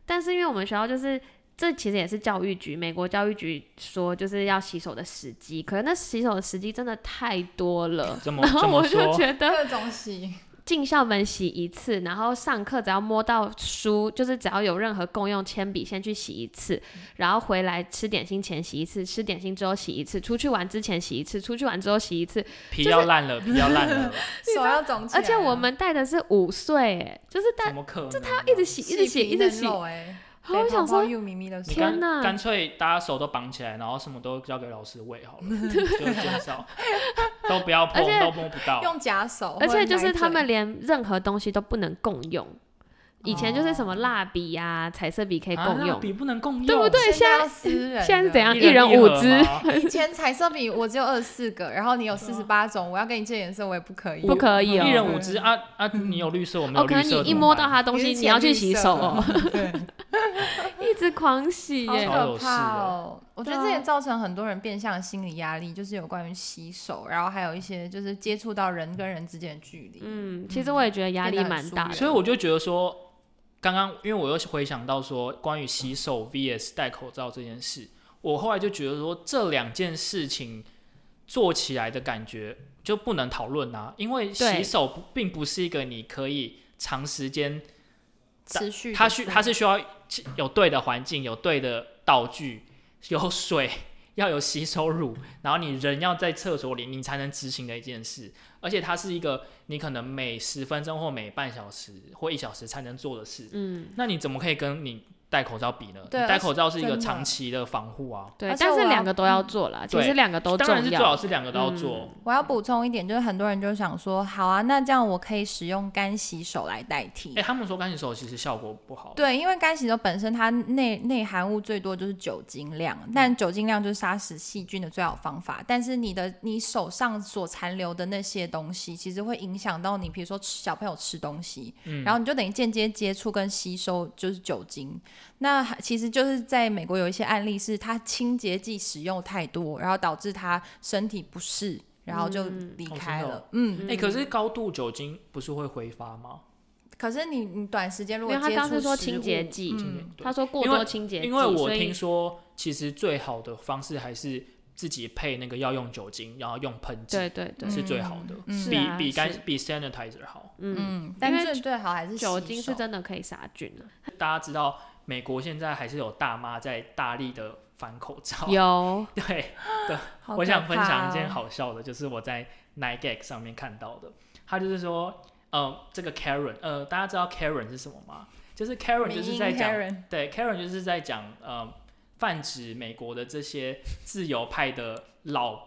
S2: 但是因为我们学校就是这其实也是教育局，美国教育局说就是要洗手的时机，可是那洗手的时机真的太多 了，
S1: 怎么
S2: 然后
S1: 怎么
S2: 我就
S1: 说
S2: 觉得
S3: 各种洗，
S2: 进校门洗一次，然后上课只要摸到书，就是只要有任何共用铅笔，先去洗一次，然后回来吃点心前洗一次，吃点心之后洗一次，出去玩之前洗一次，出去玩之后洗一次。
S1: 皮要烂了，皮要 烂了，
S3: 手要肿起来
S2: 而
S3: 了，
S2: 且我们带的是五岁，哎，就是带
S1: 怎么可能？啊
S2: 他要一直洗，一直洗，
S3: 细皮
S2: 一直洗
S3: 嫩。肉哎，
S2: 然后我想说，
S3: 又咪咪的
S1: 你
S3: 手
S2: 天
S1: 干
S2: 哪
S1: 干脆大家手都绑起来，然后什么都交给老师喂好了， 就减少，都不要碰
S2: 而且，
S1: 都摸不到。
S3: 用假手，
S2: 而且就是
S3: 或者奶嘴
S2: 他们连任何东西都不能共用，以前就是什么
S3: 哦
S2: 蜡笔呀、彩色笔可以
S1: 啊
S2: 共
S1: 蜡
S2: 用，
S1: 笔不能共用，
S2: 对不对？
S3: 现
S2: 现在
S3: 在要私人，
S2: 现在是怎？样？
S1: 一
S2: 人
S1: 一
S2: 五
S1: 盒
S2: 支。
S1: 吗
S3: 以前彩色笔我只有二十四个，然后你有四十八种，我要跟你借颜色我也不可以，
S2: 啊
S3: 嗯
S2: 不可以哦
S1: 一人五支啊啊！你有绿色，我没
S2: 哦，
S1: 有
S2: 可
S1: 绿
S2: 能
S1: 色。
S2: 你一
S1: 怎么
S2: 摸
S1: 办
S2: 到它东西，
S3: 你是
S2: 你要去
S3: 浅绿
S2: 洗
S3: 色
S2: 手
S3: 的
S2: 哦，
S3: 对，
S2: 一直狂洗耶。
S1: 好
S3: 好
S1: 有
S3: 可
S1: 事
S3: 怕
S1: 哦
S3: 哦！我觉得这
S2: 对啊
S3: 也造成很多人变相的心理压力，就是有关于洗手，然后还有一些就是接触到人跟人之间的距离。
S2: 嗯，其实我也觉得压力
S3: 变得很
S2: 蛮大
S3: 疏
S2: 的
S3: 远。
S1: 所以我就觉得说，刚刚因为我又回想到说关于洗手 VS 戴口罩这件事，我后来就觉得说这两件事情做起来的感觉就不能讨论啊，因为洗
S2: 对
S1: 手不并不是一个你可以长时间，
S3: 持续的
S1: 它需
S3: 做
S1: 它是需要有对的环境，有对的道具，有水。要有洗手乳，然后你人要在厕所里，你才能执行的一件事。而且它是一个你可能每十分钟或每半小时或一小时才能做的事。
S2: 嗯，
S1: 那你怎么可以跟你戴口罩比呢？
S3: 对
S1: 你戴
S3: 而且
S1: 口罩是一个
S3: 真的
S1: 长期的防护啊。
S2: 对
S3: 而，且
S2: 但是
S3: 我要
S2: 两个都要做啦，其
S1: 对
S2: 实两个都
S1: 当
S2: 重
S1: 然是最
S2: 要
S1: 好。是两个都要做。
S3: 我要补充一点，就是很多人就想说，好啊，那这样我可以使用干洗手来代替。
S1: 哎、他们说干洗手其实效果不好。
S3: 嗯对，因为干洗手本身它内内含物最多就是酒精量，
S2: 嗯
S3: 但酒精量就是杀死细菌的最好方法。但是你的你手上所残留的那些东西，其实会影响到你，比如说吃小朋友吃东西，
S2: 嗯
S3: 然后你就等于间接接触跟吸收就是酒精。那其实就是在美国有一些案例是它清洁剂使用太多，然后导致他身体不适，然后就离
S1: 哦
S3: 开
S1: 真的
S3: 了
S1: 哦。
S3: 嗯，
S1: 哎、可是高度酒精不是会挥发吗？
S3: 可是你你短时间如果
S2: 因为他
S3: 接
S2: 刚
S3: 触
S2: 是说
S3: 食
S2: 清
S3: 物
S2: 洁剂
S3: 嗯
S1: 对
S2: 他说过
S1: 因为
S2: 多清洁剂，
S1: 因为我
S2: 所以
S1: 听说，其实最好的方式还是自己配那个药用酒精，然后用喷剂
S2: 对对对，
S1: 是最好的，
S3: 嗯
S2: 是
S1: 比
S2: 啊
S1: 比干
S2: 是
S1: 比 sanitizer 好。
S2: 嗯，
S3: 嗯，但
S2: 因为
S3: 最最好还是
S2: 酒
S3: 洗
S2: 精
S3: 手
S2: 是真的可以杀菌的。
S1: 大家知道，美国现在还是有大妈在大力的反口罩。
S2: 有，
S1: 对，
S3: 好
S1: 我
S3: 可
S1: 想分享一
S3: 怕
S1: 件
S3: 哦，
S1: 好笑的，就是我在 Nike 上面看到的，他就是说，呃，这个 Karen，呃，大家知道 Karen 是什么吗？就是
S2: 哦
S1: Karen 就
S3: 民
S1: 是
S3: 营
S1: 在讲，
S3: Karen
S1: 对，Karen 就是在讲，呃，泛指美国的这些自由派的老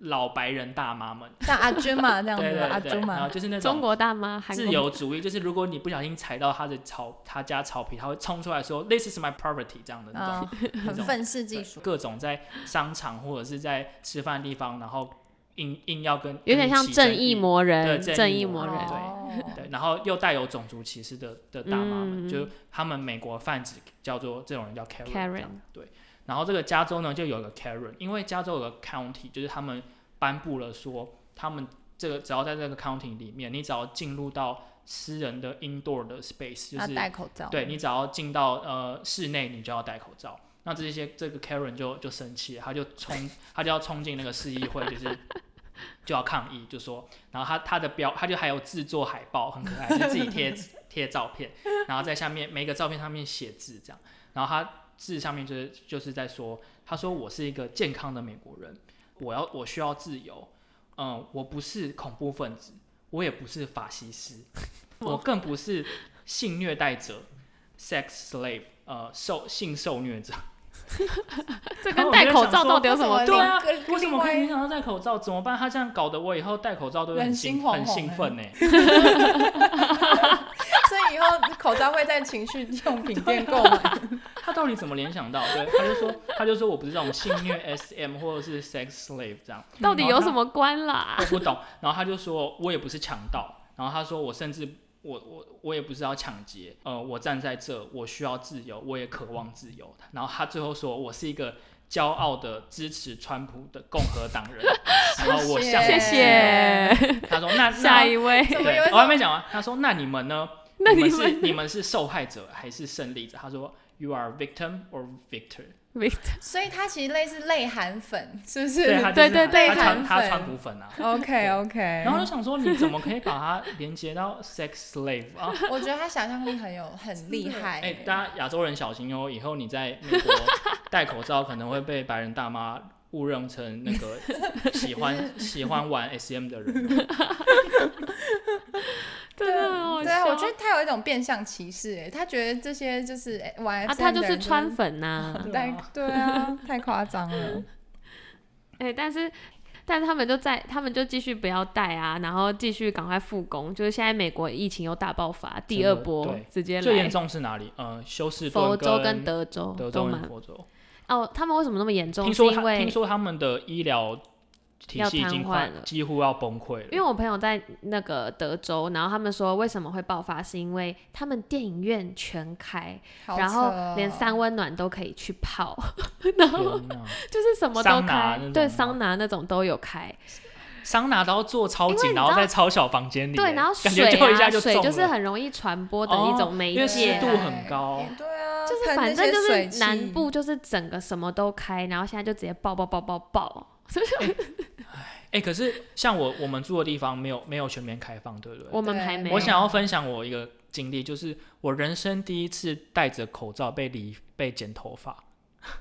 S1: 老白人大妈们，
S3: 像阿君 嘛这样子，
S1: 对
S3: 阿
S1: 对对，
S3: 君
S1: 然后
S3: 嘛，
S1: 就是那
S2: 中
S1: 种
S2: 国大妈，韩
S1: 自
S2: 国
S1: 由主义，就是如果你不小心踩到他的草，他家草皮，他会冲出来说 “This is my property” 这样的那种。
S3: 嗯，很愤世
S1: 对
S3: 嫉俗，
S1: 各种在商场或者是在吃饭的地方，然后硬硬要跟
S2: 有点像正义。
S1: 跟你起
S2: 魔人，
S1: 对
S2: 正
S1: 正义
S2: 魔
S1: 魔
S2: 人
S1: 人。
S3: 哦
S1: 争对，然后又带有种族歧视的的大妈们，
S2: 嗯
S1: 就他们美国泛指叫做这种人叫 Karen，, 这
S2: Karen
S1: 样对。然后这个加州呢，就有一个 Karen，因为加州有个 county，就是他们颁布了说，他们这个只要在这个 county 里面，你只要进入到私人的 indoor 的 space，就
S3: 要
S1: 是
S3: 戴口罩，
S1: 对你只要进到呃室内，你就要戴口罩。那这些这个 Karen 就就生气了，他就冲，他就要冲进那个市议会，就是就要抗议，就说，然后他他的标，他就还有制作海报，很可爱，就自己贴 贴照片，然后在下面每个照片上面写字这样，然后他字上面就是就是在说，他说我是一个健康的美国人，我要我需要自由，嗯，我不是恐怖分子，我也不是法西斯，我更不是性虐待者 （sex slave），呃，受性受虐 者。
S2: 这
S1: 然
S2: 跟
S1: 后我
S2: 戴
S1: 就
S2: 口
S1: 想
S2: 罩
S1: 说
S2: 到底有什么
S3: 为什
S1: 对
S2: 关
S3: 么
S1: 啊
S3: 另另，
S1: 为什么
S3: 另
S1: 可
S3: 外
S1: 以平常戴口罩？怎么办？他这样搞得我以后戴口罩都会很
S3: 人
S1: 兴
S3: 心惶惶
S1: 很兴
S3: 欸
S1: 奋呢、
S3: 所以以后口罩会在情绪用品店购
S1: 啊
S3: 买，
S1: 他到底怎么联想到？对，他就说他就说我不是这种性虐 SM 或者是 sex slave 这样，
S2: 到底有什么关啦
S1: 我？不懂。然后他就说我也不是强盗，然后他说我甚至我我我也不是要抢劫，呃，我站在这，我需要自由，我也渴望自由。然后他最后说我是一个骄傲的支持川普的共和党 人，然后我向
S2: 谢
S1: 往自由
S2: 谢，
S1: 他说 那
S2: 下
S1: 那
S2: 一位。
S3: 怎么有一
S1: 对，我
S3: 种
S1: 还没讲完。他说：“那你们呢？
S2: 那你
S1: 你们是
S2: 们
S1: 你们是受害者还是胜利者？”他说：“ you are victim or victor，
S2: Victor
S3: 所以它其实类似类韩粉，是不是？
S1: 对，他就是
S2: 对对
S1: 他
S3: 对
S1: 川他
S3: 韩
S1: 川
S3: 粉
S1: 普粉啊。
S3: OK OK。
S1: 然后就想说，你怎么可以把它连接到 sex slave 啊？
S3: 我觉得他想象力很有很厉害、
S1: 哎、大家亚洲人小心哦，以后你在 美国戴口罩可能会被白人大妈误认成那个喜 欢喜欢玩 SM 的人。
S2: 真的很好
S3: 对啊，
S2: 笑
S3: 我觉得他有一种变相歧视、哎，他觉得这些就是、哎玩
S2: 啊，他就是川，粉呐、
S3: 太对啊，太夸张 了。
S2: 哎、但是但是他们就在，他们就继续不要戴啊，然后继续赶快复工。就是现在美国疫情又大爆发，第二波
S1: 对
S2: 直接
S1: 最严
S2: 来，
S1: 重是哪里？呃，休斯顿
S2: 佛州
S1: 跟
S2: 跟德州
S1: 德
S2: 都
S1: 州跟
S2: 蛮
S1: 佛州。
S2: 哦，他们为什么那么严重？
S1: 听
S2: 是
S1: 说
S2: 因
S1: 他
S2: 为
S1: 听说他们的医疗体
S2: 要
S1: 系已
S2: 瘫
S1: 经快
S2: 痪了
S1: 几乎要崩溃
S2: 因为
S1: 了。
S2: 我朋友在那个德州，然后他们说为什么会爆发，是因为他们电影院全开，
S3: 好
S2: 然
S3: 扯
S2: 后
S3: 哦
S2: 连三温暖都可以去泡，
S1: 天哪
S2: 就是什么都
S1: 桑拿
S2: 开
S1: 那，种
S2: 对，
S1: 吗
S2: 桑拿那种都有开，
S1: 桑拿都要做超
S2: 因为
S1: 紧，
S2: 你
S1: 然后
S2: 知道
S1: 在超小房间里耶，
S2: 对，然后
S1: 感觉
S2: 水
S1: 就一下
S2: 啊，
S1: 就
S2: 水
S1: 中
S2: 就是
S1: 了
S2: 很容易传播的
S1: 哦
S2: 一种媒
S1: 因为
S2: 介
S1: 湿
S2: 啊，
S1: 度很高
S3: 哎对啊，
S2: 就是
S3: 喷
S2: 反
S3: 那
S2: 正
S3: 些
S2: 就
S3: 水
S2: 是
S3: 汽
S2: 南部就是整个什么都开，然后现在就直接爆爆爆爆爆，是不是？
S1: 哎、可是像我我们住的地方没有没有全面开放，对不对？
S2: 我们还没
S1: 我
S2: 有，
S1: 想要分享我一个经历，就是我人生第一次戴着口罩被理被剪头发，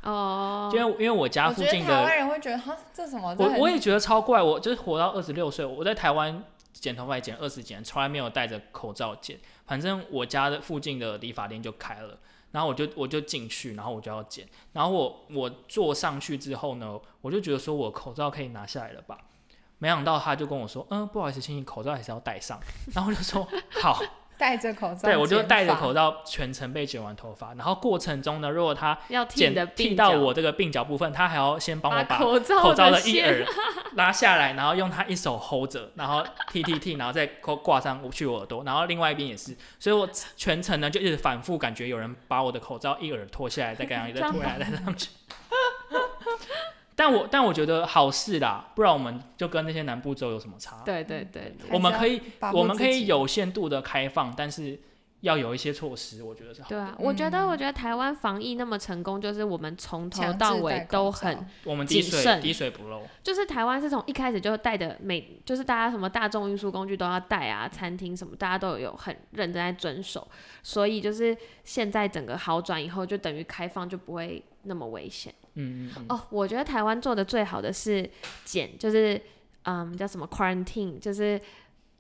S2: 哦
S1: 因，为因为我家
S3: 我
S1: 附
S3: 觉得
S1: 近
S3: 台湾
S1: 的，
S3: 人会觉得哈，这什么？这
S1: 我
S3: 很
S1: 我也觉得超怪，我就是活到二十六岁，我在台湾剪头发也剪二十几年，从来没有戴着口罩剪。反正我家的附近的理发店就开了，然后我就我就进去，然后我就要剪，然后我我坐上去之后呢，我就觉得说我口罩可以拿下来了吧。没想到他就跟我说，嗯，不好意思，请你口罩还是要戴上。 然后我就说好，
S3: 戴着口罩，
S1: 对，我就戴着口。罩全程被剪完头发，然后过程中呢，如果他
S2: 要剃
S1: 剪
S2: 你的
S1: 剃
S2: 鬓
S1: 到
S2: 角
S1: 我这个鬓角部分，他还要先帮我把
S2: 口罩
S1: 口罩的一
S2: 线
S1: 耳拉下来，然后用他一手 hold 着，然后剃剃 剃，然后再挂挂上去我耳朵，然后另外一边也是，所以我全程呢就一直反复感觉有人把我的口罩一耳脱下来，再盖 上，再脱下来，再戴上去。 但我但我觉得好事啦，不然我们就跟那些南部州有什么差？
S2: 对对 对对
S1: 我们可以
S3: 保护
S1: 我们可
S3: 自
S1: 以
S3: 己
S1: 有限度的开放，但是要有一些措施，我觉得是好。
S2: 对
S3: 嗯
S2: 啊，我觉得我觉得台湾防疫那么成功，就是我们从头
S3: 强制
S2: 到
S3: 戴
S2: 尾
S3: 口
S2: 都
S3: 罩
S2: 很，
S1: 我们滴
S2: 谨
S1: 水
S2: 慎
S1: 滴水不漏，
S2: 就是台湾是从一开始就带的每，就是大家什么大众运输工具都要带啊，餐厅什么大家都有很认真在遵守，所以就是现在整个好转以后，就等于开放就不会那么危险。
S1: 嗯嗯嗯，
S2: 哦，我觉得台湾做的最好的是检，就是嗯叫什么 quarantine，就是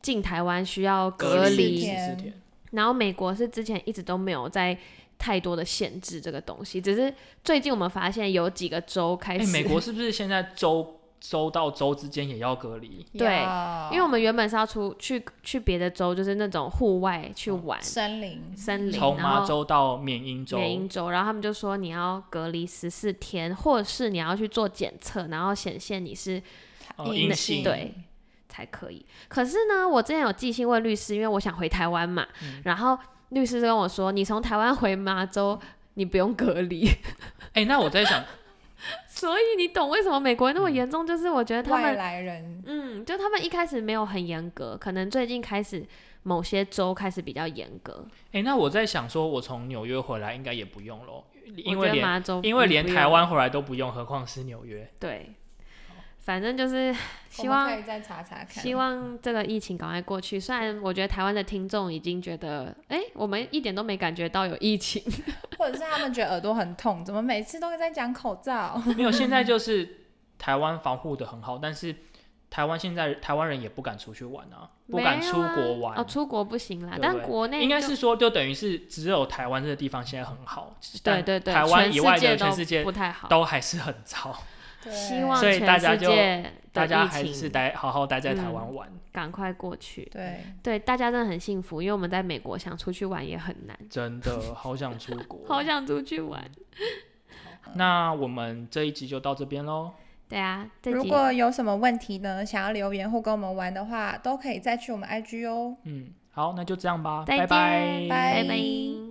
S2: 进台湾需要
S1: 隔
S2: 隔
S1: 离
S2: 离
S1: 十
S3: 天
S1: 四天，
S2: 然后美国是之前一直都没有在太多的限制这个东西，只是最近我们发现有几个州开
S1: 哎、
S2: 始，
S1: 美国是不是现在州州到州之间也要隔离？
S2: 对
S3: 要
S2: 因为我们原本是要出去去别的州，就是那种户外去玩、
S3: 森林
S2: 森林，
S1: 从麻
S2: 然后
S1: 州到缅因州，
S2: 缅因州，然后他们就说你要隔离十四天，或是你要去做检测，然后显现你是
S1: 呃，
S3: 阴
S1: 阴
S2: 那
S1: 性，
S2: 对才可以。可是呢，我之前有寄信问律师，因为我想回台湾嘛，
S1: 嗯
S2: 然后律师就跟我说，你从台湾回麻州，你不用隔离。
S1: 哎、那我在想，
S2: 所以你懂为什么美国人那么严重？就是我觉得他
S3: 外
S2: 们，
S3: 来人
S2: 嗯，就他们一开始没有很严格，可能最近开始某些州开始比较严格。
S1: 哎、那我在想说，我从纽约回来应该也不用咯，因
S2: 我觉
S1: 为
S2: 得
S1: 连
S2: 麻州，
S1: 因为连台湾回来都不用，何况是纽约？
S2: 对，反正就是希
S3: 我们
S2: 望
S3: 可以再查查看。
S2: 希望这个疫情赶快过去。虽然我觉得台湾的听众已经觉得，哎、我们一点都没感觉到有疫情，
S3: 或者是他们觉得耳朵很痛，怎么每次都在讲口罩？
S1: 没有，现在就是台湾防护的很好，但是台湾现在台湾人也不敢出去玩啊，不敢
S2: 没
S1: 出
S2: 有啊
S1: 国玩。
S2: 哦，出国不行啦，
S1: 对
S2: 但
S1: 对
S2: 国内
S1: 应该
S2: 就是
S1: 说，就等于是只有台湾这个地方现在很好，
S2: 对
S1: 但
S2: 对对，
S1: 台湾以外的全
S2: 全
S1: 世
S2: 世
S1: 界
S2: 界都不太好。
S1: 都还是很糟，
S3: 对
S2: 希望
S1: 所以大
S2: 全
S1: 家
S2: 世
S1: 就
S2: 界
S1: 大
S2: 的
S1: 家
S2: 疫
S1: 还是
S2: 情嗯
S1: 待好好待在台湾玩，
S2: 赶快过去。
S3: 对，
S2: 对，大家真的很幸福，因为我们在美国想出去玩也很难，
S1: 真的好想出 国。
S2: 好想出去玩。
S1: 那我们这一集就到这边喽。
S2: 对啊，这
S3: 如
S2: 集
S3: 果有什么问题呢，想要留言或跟我们玩的话，都可以再去我们 IG 哦。
S1: 嗯，好，那就这样吧，
S2: 再
S1: 拜
S2: 见，
S1: 拜。
S2: 拜
S3: 拜
S2: 拜